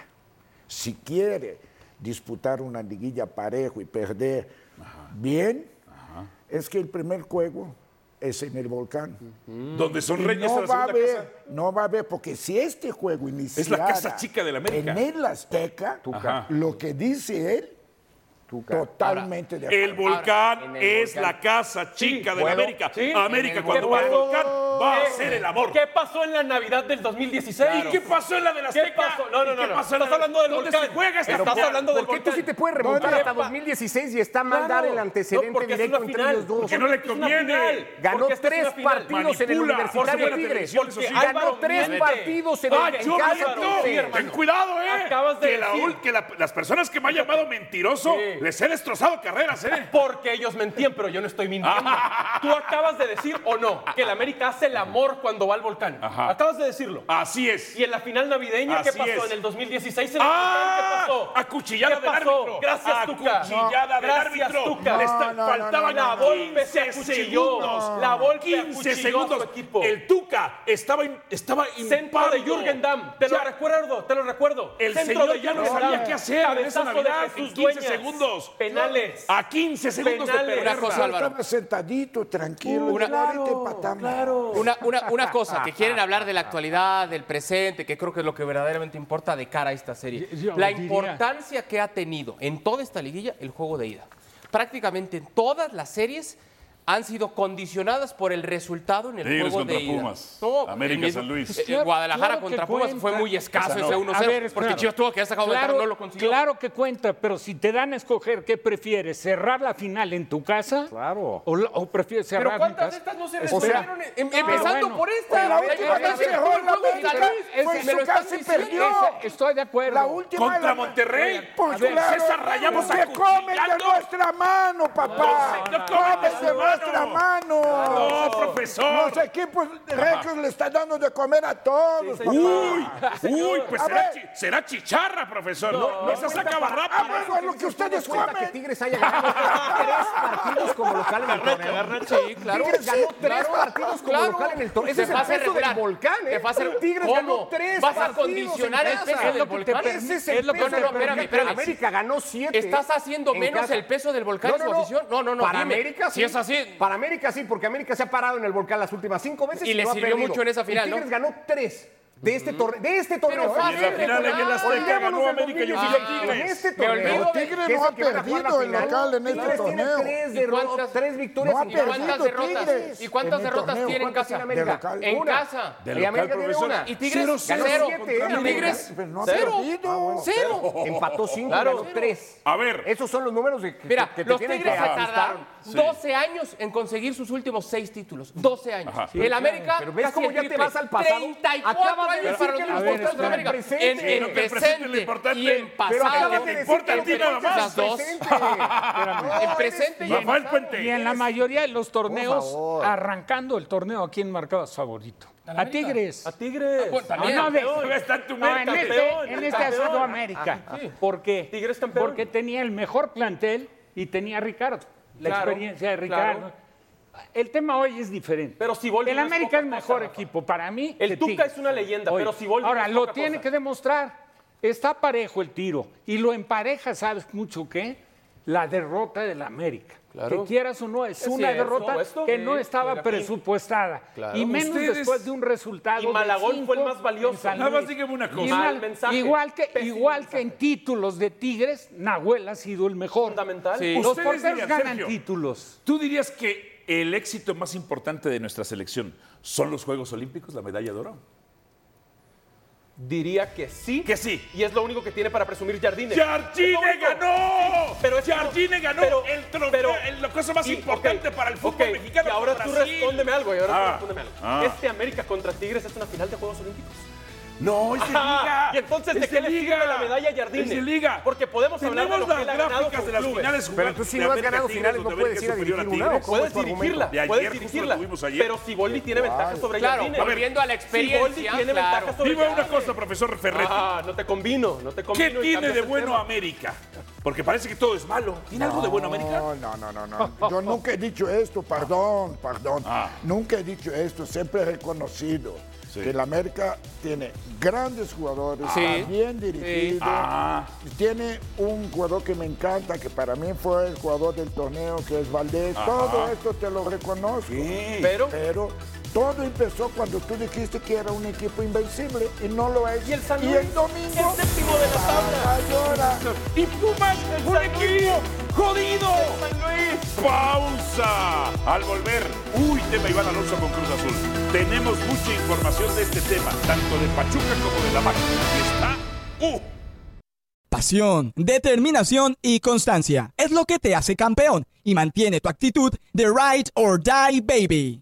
Speaker 6: Si quiere disputar una liguilla parejo y perder bien, es que el primer juego es en el volcán.
Speaker 5: Donde son
Speaker 6: Y
Speaker 5: reyes
Speaker 6: no
Speaker 5: a la
Speaker 6: va a
Speaker 5: segunda
Speaker 6: haber,
Speaker 5: casa.
Speaker 6: No va a haber, porque si este juego iniciara...
Speaker 5: casa chica del América.
Speaker 6: En el Azteca,
Speaker 5: Ajá.
Speaker 6: lo que dice él, totalmente de acuerdo.
Speaker 5: El volcán
Speaker 9: Ahora, en el
Speaker 5: es
Speaker 9: volcán.
Speaker 5: la casa chica de la
Speaker 9: ¿puedo?
Speaker 5: América.
Speaker 7: Sí.
Speaker 9: En
Speaker 5: América,
Speaker 9: el
Speaker 5: cuando va
Speaker 9: volcán.
Speaker 5: al volcán, va a
Speaker 7: ¿Qué?
Speaker 5: hacer el amor.
Speaker 7: ¿Qué pasó en la Navidad del 2016?
Speaker 5: ¿Y qué pasó en la de la
Speaker 7: ¿Qué pasó? No, no, no.
Speaker 5: ¿Qué
Speaker 7: no.
Speaker 5: pasó en la
Speaker 7: Estás hablando del
Speaker 5: ¿Dónde
Speaker 7: volcán.
Speaker 5: se juega esta
Speaker 7: Estás
Speaker 5: final?
Speaker 7: hablando del
Speaker 8: ¿Por qué
Speaker 7: volcán.
Speaker 8: tú sí te puedes remontar
Speaker 7: ¿Dónde?
Speaker 8: hasta 2016 y está mal
Speaker 7: Claro.
Speaker 8: dar el
Speaker 7: No,
Speaker 8: antecedente
Speaker 7: porque es
Speaker 8: directo
Speaker 7: una
Speaker 8: entre
Speaker 7: final.
Speaker 8: ellos dos?
Speaker 5: Porque no le
Speaker 7: es una
Speaker 5: conviene.
Speaker 7: final.
Speaker 8: Ganó
Speaker 7: Porque esta es
Speaker 8: tres
Speaker 7: una final.
Speaker 8: partidos en
Speaker 5: Manipula.
Speaker 8: el
Speaker 5: Por
Speaker 8: Universitario
Speaker 5: supuesto,
Speaker 8: Tigres.
Speaker 5: televisión, eso sí.
Speaker 8: Ganó
Speaker 7: Álvaro,
Speaker 8: tres
Speaker 7: miente.
Speaker 8: partidos en
Speaker 5: ¡Ah,
Speaker 8: el en
Speaker 5: yo
Speaker 8: casa,
Speaker 5: miento!
Speaker 8: Tigres.
Speaker 5: ¡Ten cuidado, eh!
Speaker 7: Acabas de
Speaker 5: que la
Speaker 7: decir.
Speaker 5: ul- que la- las personas que me han llamado mentiroso,
Speaker 7: Sí.
Speaker 5: les he destrozado carreras, ¿eh?
Speaker 7: Porque ellos mentían, pero yo no estoy mintiendo. Tú acabas de decir, o no, que el América hace el amor cuando va al volcán.
Speaker 5: Ajá.
Speaker 7: Acabas de decirlo.
Speaker 5: Así es.
Speaker 7: Y en la final navideña, ¿qué
Speaker 5: Así
Speaker 7: pasó?
Speaker 5: es.
Speaker 7: En el 2016, en el
Speaker 5: ¡Ah!
Speaker 7: volcán, ¿qué pasó?
Speaker 5: Acuchillada
Speaker 7: ¿Qué
Speaker 5: del
Speaker 7: pasó?
Speaker 5: árbitro.
Speaker 7: Gracias, Tuca.
Speaker 5: Acuchillada del
Speaker 7: Gracias,
Speaker 5: árbitro.
Speaker 7: Tuca.
Speaker 5: Le está-
Speaker 6: No, no,
Speaker 5: faltaban
Speaker 6: no, no,
Speaker 7: La
Speaker 6: no.
Speaker 5: 15
Speaker 7: Volpe se acuchilló.
Speaker 5: segundos.
Speaker 7: La Volpe
Speaker 5: 15
Speaker 7: acuchilló a
Speaker 5: segundos.
Speaker 7: su equipo.
Speaker 5: El Tuca Ah, estaba, in- estaba
Speaker 7: Centro
Speaker 5: impávido.
Speaker 7: de Jürgen Damm, te lo
Speaker 5: Ya,
Speaker 7: recuerdo, te lo recuerdo.
Speaker 5: El
Speaker 7: Centro
Speaker 5: señor
Speaker 7: de
Speaker 5: ya no
Speaker 7: Jürgen
Speaker 5: sabía
Speaker 7: Damm.
Speaker 5: qué hacer en esa
Speaker 7: Cabezazo de
Speaker 5: Navidad,
Speaker 7: Jesús
Speaker 5: en 15
Speaker 7: Dueñas.
Speaker 5: segundos.
Speaker 7: Penales.
Speaker 5: A 15 segundos
Speaker 7: Penales.
Speaker 5: de
Speaker 7: Una
Speaker 5: perderla.
Speaker 6: Yo
Speaker 9: cosa, Álvaro.
Speaker 6: estaba sentadito, tranquilo,
Speaker 9: Una-
Speaker 6: y ahorita empatamos.
Speaker 9: Una, una- una cosa, que quieren hablar de la actualidad, del presente, que creo que es lo que verdaderamente importa de cara a esta serie.
Speaker 10: Yo- yo
Speaker 9: la
Speaker 10: diría-
Speaker 9: importancia que ha tenido en toda esta liguilla el juego de ida. Prácticamente en todas las series han sido condicionadas por el resultado en el
Speaker 5: Tigres
Speaker 9: juego
Speaker 5: contra
Speaker 9: de ida.
Speaker 5: Pumas,
Speaker 9: No,
Speaker 5: América,
Speaker 9: el mismo-
Speaker 5: San Luis.
Speaker 9: eh,
Speaker 10: Claro,
Speaker 9: Guadalajara
Speaker 10: claro que
Speaker 9: contra Pumas fue
Speaker 10: cuenta.
Speaker 9: muy escaso
Speaker 5: Esa no.
Speaker 9: ese
Speaker 10: A
Speaker 9: 1-0,
Speaker 10: ver,
Speaker 9: porque
Speaker 10: espera.
Speaker 9: Chivas tuvo que haber sacado de
Speaker 10: claro,
Speaker 9: entrar, no lo consiguió.
Speaker 10: Claro que cuenta, pero si te dan a escoger qué prefieres, cerrar la final en tu casa
Speaker 8: Claro.
Speaker 10: o, la- o prefieres cerrar
Speaker 9: Pero
Speaker 10: en
Speaker 9: ¿cuántas de
Speaker 10: casa?
Speaker 9: estas no se
Speaker 10: O sea,
Speaker 9: resolvieron? Em-
Speaker 7: Ah,
Speaker 9: empezando
Speaker 10: bueno.
Speaker 9: por
Speaker 6: Oye,
Speaker 9: esta.
Speaker 6: la
Speaker 9: La
Speaker 6: última vez
Speaker 9: importancia
Speaker 6: que
Speaker 9: que
Speaker 6: jugó
Speaker 9: tuvo
Speaker 6: el
Speaker 9: el juego de
Speaker 6: América
Speaker 9: San Luis,
Speaker 6: fue en
Speaker 9: me lo
Speaker 6: su
Speaker 9: estás
Speaker 6: casa y
Speaker 9: diciendo.
Speaker 6: perdió.
Speaker 10: Ese- estoy de acuerdo.
Speaker 6: La última
Speaker 5: Contra
Speaker 6: la-
Speaker 5: Monterrey.
Speaker 6: Pues
Speaker 5: A ver,
Speaker 6: claro,
Speaker 5: César Rayamos
Speaker 6: porque comen de
Speaker 5: acuchillando.
Speaker 6: nuestra mano, papá.
Speaker 5: No, no, no,
Speaker 6: comen
Speaker 5: no,
Speaker 6: de
Speaker 5: no,
Speaker 6: nuestra
Speaker 5: no.
Speaker 6: mano.
Speaker 5: No, profesor.
Speaker 6: Los equipos récords le están dando de comer a todos, papá.
Speaker 5: Uy, uy, pues
Speaker 6: A
Speaker 5: será,
Speaker 6: ver.
Speaker 5: chi- será chicharra, profesor. No, esa saca
Speaker 6: Ah,
Speaker 5: barrapa.
Speaker 6: bueno, lo que ustedes
Speaker 8: cuenta que
Speaker 6: comen.
Speaker 8: Tigres haya ganado tres partidos como local en el torneo.
Speaker 9: Sí, claro.
Speaker 8: Tigres ganó tres
Speaker 9: Claro,
Speaker 8: partidos como
Speaker 9: claro.
Speaker 8: local en el torneo. Ese
Speaker 9: Te
Speaker 8: es el
Speaker 9: vas a
Speaker 8: peso del
Speaker 9: regular.
Speaker 8: volcán, ¿eh?
Speaker 9: Te vas a-
Speaker 8: Tigres
Speaker 9: ¿Cómo?
Speaker 8: ganó tres
Speaker 9: Vas a
Speaker 8: partidos
Speaker 9: condicionar
Speaker 8: en
Speaker 9: el
Speaker 8: casa.
Speaker 9: peso
Speaker 8: Es
Speaker 9: del
Speaker 8: lo que te
Speaker 9: volcán.
Speaker 8: permite. Ese es el
Speaker 9: Es lo que-
Speaker 8: peso
Speaker 9: no,
Speaker 8: del
Speaker 9: no, espérame,
Speaker 8: volcán.
Speaker 9: espérame.
Speaker 8: América ganó siete.
Speaker 9: Estás haciendo
Speaker 8: en
Speaker 9: menos
Speaker 8: casa.
Speaker 9: el peso del volcán en su afición. No, no, no,
Speaker 8: Para
Speaker 9: dime.
Speaker 8: América sí.
Speaker 9: Si es así-
Speaker 8: Para América sí, porque América se ha parado en el volcán las últimas cinco veces.
Speaker 9: Y le
Speaker 8: lo ha
Speaker 9: sirvió
Speaker 8: perdido.
Speaker 9: mucho en esa
Speaker 8: Y
Speaker 9: final, ¿no?
Speaker 8: Tigres ganó tres. De este torneo, de este torneo.
Speaker 9: fácil,
Speaker 8: ¿eh?
Speaker 9: Y en la final en el Azteca
Speaker 8: Olvidémonos
Speaker 5: ganó
Speaker 8: del
Speaker 5: América y
Speaker 8: 2016.
Speaker 9: yo
Speaker 8: En
Speaker 9: fui Tigres.
Speaker 8: este
Speaker 9: Me
Speaker 8: torneo.
Speaker 9: olvido de-
Speaker 6: Tigres
Speaker 8: que
Speaker 6: no
Speaker 8: es
Speaker 6: ha
Speaker 8: el que van a jugar la
Speaker 6: perdido el
Speaker 8: final.
Speaker 6: local en este
Speaker 8: Tigres tiene
Speaker 6: torneo.
Speaker 8: tres
Speaker 9: ¿Y
Speaker 8: derrotas,
Speaker 9: cuántas-
Speaker 8: tres victorias.
Speaker 6: No ha
Speaker 8: en
Speaker 9: ¿Y
Speaker 8: casa.
Speaker 9: cuántas
Speaker 6: perdido
Speaker 9: derrotas?
Speaker 6: Tigres
Speaker 9: ¿Y cuántas
Speaker 6: en el
Speaker 9: derrotas
Speaker 6: torneo?
Speaker 9: tiene en
Speaker 8: ¿Cuántas
Speaker 9: casa?
Speaker 8: tiene América?
Speaker 6: De local.
Speaker 9: En
Speaker 8: Una.
Speaker 9: casa.
Speaker 8: De local,
Speaker 5: América tiene
Speaker 8: profesor.
Speaker 5: una.
Speaker 9: Y Tigres
Speaker 5: Cero, cero.
Speaker 9: cero.
Speaker 8: Siete, ¿eh?
Speaker 9: Y Tigres
Speaker 6: Pero no ha
Speaker 9: cero.
Speaker 6: perdido. Ah, bueno.
Speaker 9: Cero.
Speaker 8: Empató cinco,
Speaker 9: Claro.
Speaker 8: ganó tres.
Speaker 5: A ver.
Speaker 8: Esos son los números de- que,
Speaker 9: Mira,
Speaker 8: que te
Speaker 9: los
Speaker 8: tienen
Speaker 9: Tigres
Speaker 8: que
Speaker 9: se
Speaker 8: ajustar.
Speaker 9: tardaron 12 años en conseguir sus últimos 6 títulos. 12 años.
Speaker 5: Ajá. Sí,
Speaker 9: el América.
Speaker 8: Pero ves
Speaker 9: casi
Speaker 8: cómo
Speaker 9: el
Speaker 8: ya te
Speaker 9: triple.
Speaker 8: vas al pasado.
Speaker 9: 34
Speaker 8: Acabas de decir que
Speaker 9: años para los últimos
Speaker 8: lo
Speaker 9: títulos
Speaker 8: importante
Speaker 9: de América.
Speaker 8: es el presente.
Speaker 9: En, en
Speaker 5: Lo que el presente es lo
Speaker 9: presente
Speaker 5: importante.
Speaker 9: y en
Speaker 8: Pero
Speaker 9: pasado.
Speaker 8: acabas de
Speaker 5: te
Speaker 8: decir
Speaker 5: importa
Speaker 8: que
Speaker 5: a
Speaker 8: lo
Speaker 5: ti nada
Speaker 8: importante es
Speaker 5: más.
Speaker 8: el
Speaker 9: Las dos.
Speaker 8: presente.
Speaker 9: En presente y en
Speaker 5: Rafael
Speaker 10: Y en
Speaker 5: Puente.
Speaker 10: la mayoría de los torneos,
Speaker 8: favor.
Speaker 10: arrancando el torneo, ¿a quién marcabas favorito? A Tigres.
Speaker 7: A
Speaker 5: Ah,
Speaker 7: Tigres.
Speaker 9: bueno,
Speaker 10: No,
Speaker 9: también.
Speaker 10: no, de-
Speaker 5: Ahí está en tu
Speaker 10: no, en
Speaker 5: meta,
Speaker 10: este,
Speaker 7: campeón,
Speaker 10: en este
Speaker 7: campeón.
Speaker 10: asado América. ¿Por qué?
Speaker 7: Tigres campeón.
Speaker 10: Porque tenía el mejor plantel y tenía a Ricardo. La
Speaker 7: Claro,
Speaker 10: experiencia de
Speaker 7: claro.
Speaker 10: Ricardo. El tema hoy es diferente.
Speaker 7: Pero Siboldi
Speaker 10: El
Speaker 7: no es
Speaker 10: América
Speaker 7: poca
Speaker 10: es mejor
Speaker 7: cosa, Rafa.
Speaker 10: equipo para mí.
Speaker 7: El
Speaker 10: que
Speaker 7: Tuca
Speaker 10: Tigres.
Speaker 7: es una leyenda, pero Siboldi no
Speaker 10: Ahora,
Speaker 7: es
Speaker 10: lo
Speaker 7: poca
Speaker 10: tiene
Speaker 7: cosa.
Speaker 10: que demostrar. Está parejo el tiro. Y lo empareja, ¿sabes mucho qué? La derrota del América. Que quieras o no, es,
Speaker 7: Es
Speaker 10: una
Speaker 7: cierto,
Speaker 10: derrota
Speaker 7: esto.
Speaker 10: que no
Speaker 7: Sí,
Speaker 10: estaba
Speaker 7: Serafín.
Speaker 10: presupuestada. Y menos
Speaker 5: Ustedes-
Speaker 10: después de un resultado.
Speaker 7: Y
Speaker 10: de
Speaker 7: Malagón
Speaker 10: cinco
Speaker 7: fue el más valioso.
Speaker 10: en San
Speaker 5: Nada más
Speaker 10: Luis.
Speaker 5: dígame una cosa.
Speaker 10: Y
Speaker 7: Mal
Speaker 10: mal-
Speaker 7: mensaje.
Speaker 10: Igual, que,
Speaker 7: Pésimo
Speaker 10: igual que
Speaker 7: mensaje.
Speaker 10: en títulos de Tigres, Nahuel ha sido el mejor.
Speaker 7: Fundamental.
Speaker 10: Sí. Los
Speaker 5: Ustedes
Speaker 10: porteros
Speaker 5: dirían,
Speaker 10: ganan
Speaker 5: Sergio.
Speaker 10: títulos.
Speaker 5: ¿Tú dirías que el éxito más importante de nuestra selección son los Juegos Olímpicos, la medalla de oro?
Speaker 7: Diría que sí. Que
Speaker 5: sí.
Speaker 7: Y es lo único que tiene para presumir Jardine.
Speaker 5: ¡Jardine
Speaker 7: Es lo único.
Speaker 5: ganó!
Speaker 7: Sí, pero es que no-
Speaker 5: ¡Jardine ganó el trofeo, el- la cosa más importante para el fútbol
Speaker 7: ok,
Speaker 5: mexicano
Speaker 7: Y ahora
Speaker 5: con
Speaker 7: tú
Speaker 5: Brasil.
Speaker 7: respóndeme algo, y ahora
Speaker 5: Ah,
Speaker 7: tú respóndeme algo.
Speaker 5: ah.
Speaker 7: Este América contra Tigres es una final de Juegos Olímpicos.
Speaker 5: No, es de
Speaker 7: Ajá,
Speaker 5: liga.
Speaker 7: Y entonces, ¿de
Speaker 5: Es
Speaker 7: qué le
Speaker 5: liga.
Speaker 7: sirve la medalla a Jardine?
Speaker 5: Es de liga.
Speaker 7: Porque podemos hablar de
Speaker 5: Tenemos
Speaker 7: lo que
Speaker 5: las
Speaker 7: él ha ganado
Speaker 5: gráficas
Speaker 7: con
Speaker 5: de las
Speaker 7: clubes.
Speaker 5: finales jugadas
Speaker 8: tú
Speaker 5: de
Speaker 8: sí no has
Speaker 5: América
Speaker 8: ganado
Speaker 5: Tigres,
Speaker 8: finales, no
Speaker 5: donde América
Speaker 8: puedes ir a
Speaker 5: superior
Speaker 8: dirigir una, ¿o
Speaker 5: Tigres.
Speaker 8: cómo es
Speaker 7: Puedes
Speaker 8: tu argumento?
Speaker 7: dirigirla,
Speaker 5: De ayer,
Speaker 7: puedes
Speaker 5: justo lo
Speaker 7: dirigirla.
Speaker 5: tuvimos ayer.
Speaker 7: Pero Siboldi tiene ventaja sobre
Speaker 9: Claro,
Speaker 7: Jardine.
Speaker 9: volviendo a la
Speaker 7: Siboldi
Speaker 9: experiencia.
Speaker 7: tiene
Speaker 9: claro.
Speaker 7: ventaja sobre
Speaker 5: Dime una
Speaker 7: Jardine.
Speaker 5: cosa, profesor Ferretti.
Speaker 7: Ah, no te combino, no te combino.
Speaker 5: ¿Qué
Speaker 7: y
Speaker 5: tiene
Speaker 7: cambias
Speaker 5: de
Speaker 7: el
Speaker 5: bueno
Speaker 7: tema.
Speaker 5: América? Porque parece que todo es malo. ¿Tiene algo de bueno América?
Speaker 6: No, no, no, no, no. Yo nunca he dicho esto, perdón, perdón.
Speaker 5: Ah.
Speaker 6: Nunca he dicho esto, siempre he reconocido
Speaker 5: Sí.
Speaker 6: que el América tiene grandes jugadores,
Speaker 9: Sí.
Speaker 6: está bien dirigido.
Speaker 5: Ah.
Speaker 6: Tiene un jugador que me encanta, que para mí fue el jugador del torneo, que es Valdés. Todo esto te lo reconozco.
Speaker 7: Pero-
Speaker 6: Pero todo empezó cuando tú dijiste que era un equipo invencible y no lo es.
Speaker 7: Y el San
Speaker 6: Y
Speaker 7: Luis,
Speaker 6: el domingo.
Speaker 7: el séptimo de la tabla.
Speaker 6: ay, llora.
Speaker 5: ¡Y Pumas! ¡Un equipo jodido! ¡Pausa! Al volver, uy, tema Iván Alonso con Cruz Azul. Tenemos mucha información de este tema, tanto de Pachuca como de la máquina. Aquí está. ¡Uh!
Speaker 12: Pasión, determinación y constancia es lo que te hace campeón y mantiene tu actitud de ride or die baby.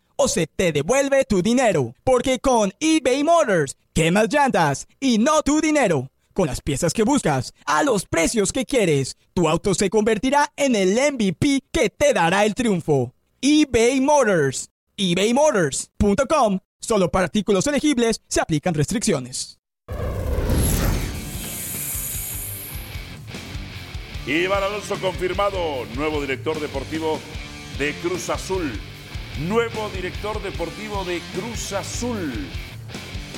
Speaker 12: o se te devuelve tu dinero. Porque con eBay Motors, quemas llantas y no tu dinero. Con las piezas que buscas, a los precios que quieres, tu auto se convertirá en el MVP que te dará el triunfo. eBay Motors. ebaymotors.com. Solo para artículos elegibles se aplican restricciones.
Speaker 5: Iván Alonso confirmado, nuevo director deportivo de Cruz Azul. Nuevo director deportivo de Cruz Azul.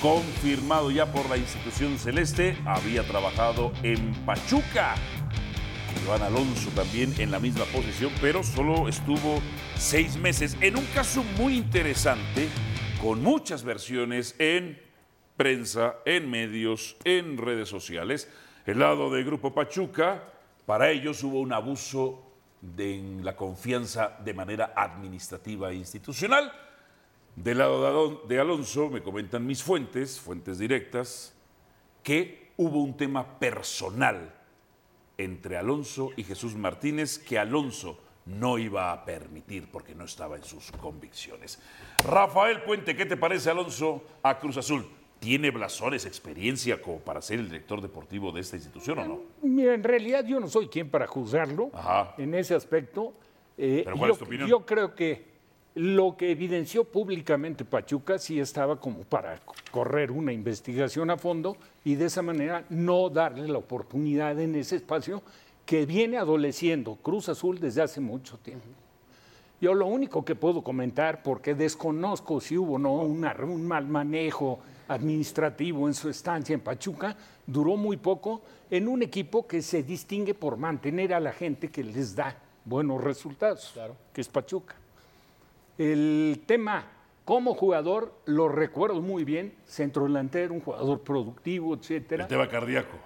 Speaker 5: Confirmado ya por la institución celeste, había trabajado en Pachuca. Iván Alonso también en la misma posición, pero solo estuvo seis meses. En un caso muy interesante, con muchas versiones en prensa, en medios, en redes sociales. El lado de Grupo Pachuca, para ellos hubo un abuso de en la confianza de manera administrativa e institucional. Del lado de Alon- de Alonso, me comentan mis fuentes, fuentes directas, que hubo un tema personal entre Alonso y Jesús Martínez que Alonso no iba a permitir porque no estaba en sus convicciones. Rafael Puente, ¿qué te parece Alonso a Cruz Azul? ¿Tiene blasones, experiencia como para ser el director deportivo de esta institución o no?
Speaker 10: Mira, en realidad yo no soy quien para juzgarlo
Speaker 5: Ajá.
Speaker 10: en ese aspecto. Eh,
Speaker 5: Pero ¿cuál
Speaker 10: yo,
Speaker 5: es tu opinión?
Speaker 10: yo creo que lo que evidenció públicamente Pachuca sí estaba como para c- correr una investigación a fondo y de esa manera no darle la oportunidad en ese espacio que viene adoleciendo Cruz Azul desde hace mucho tiempo. Yo lo único que puedo comentar, porque desconozco si hubo o no una- un mal manejo administrativo en su estancia en Pachuca, duró muy poco en un equipo que se distingue por mantener a la gente que les da buenos resultados, que es Pachuca. El tema como jugador lo recuerdo muy bien, centro delantero, un jugador productivo, etcétera.
Speaker 5: El tema cardíaco,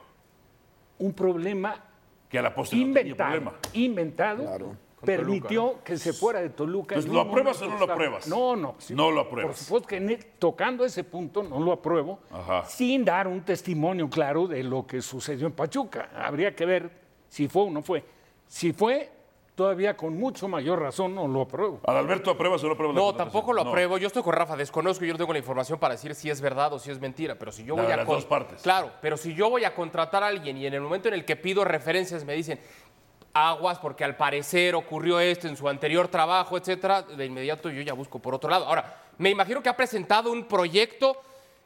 Speaker 10: Un problema
Speaker 5: que a la postre no tenía
Speaker 10: inventado,
Speaker 5: problema.
Speaker 10: inventado permitió que se fuera de Toluca.
Speaker 5: Entonces,
Speaker 10: en
Speaker 5: ¿lo
Speaker 10: un
Speaker 5: apruebas
Speaker 10: momento
Speaker 5: o no lo
Speaker 10: estaba-
Speaker 5: apruebas?
Speaker 10: No, no. sí,
Speaker 5: No lo apruebas.
Speaker 10: Por supuesto que en el- tocando ese punto no lo apruebo,
Speaker 5: Ajá.
Speaker 10: sin dar un testimonio claro de lo que sucedió en Pachuca. Habría que ver si fue o no fue. Si fue, todavía con mucho mayor razón no lo apruebo.
Speaker 5: Adalberto, ¿apruebas o no apruebas? la
Speaker 9: No,
Speaker 5: contratación?
Speaker 9: tampoco lo
Speaker 5: No.
Speaker 9: apruebo. Yo estoy con Rafa, desconozco, yo no tengo la información para decir si es verdad o si es mentira, pero si yo
Speaker 5: La
Speaker 9: voy
Speaker 5: de
Speaker 9: a
Speaker 5: las
Speaker 9: con-
Speaker 5: dos partes.
Speaker 9: Claro, pero si yo voy a contratar a alguien y en el momento en el que pido referencias me dicen aguas porque al parecer ocurrió esto en su anterior trabajo, etcétera, de inmediato yo ya busco por otro lado. Ahora, me imagino que ha presentado un proyecto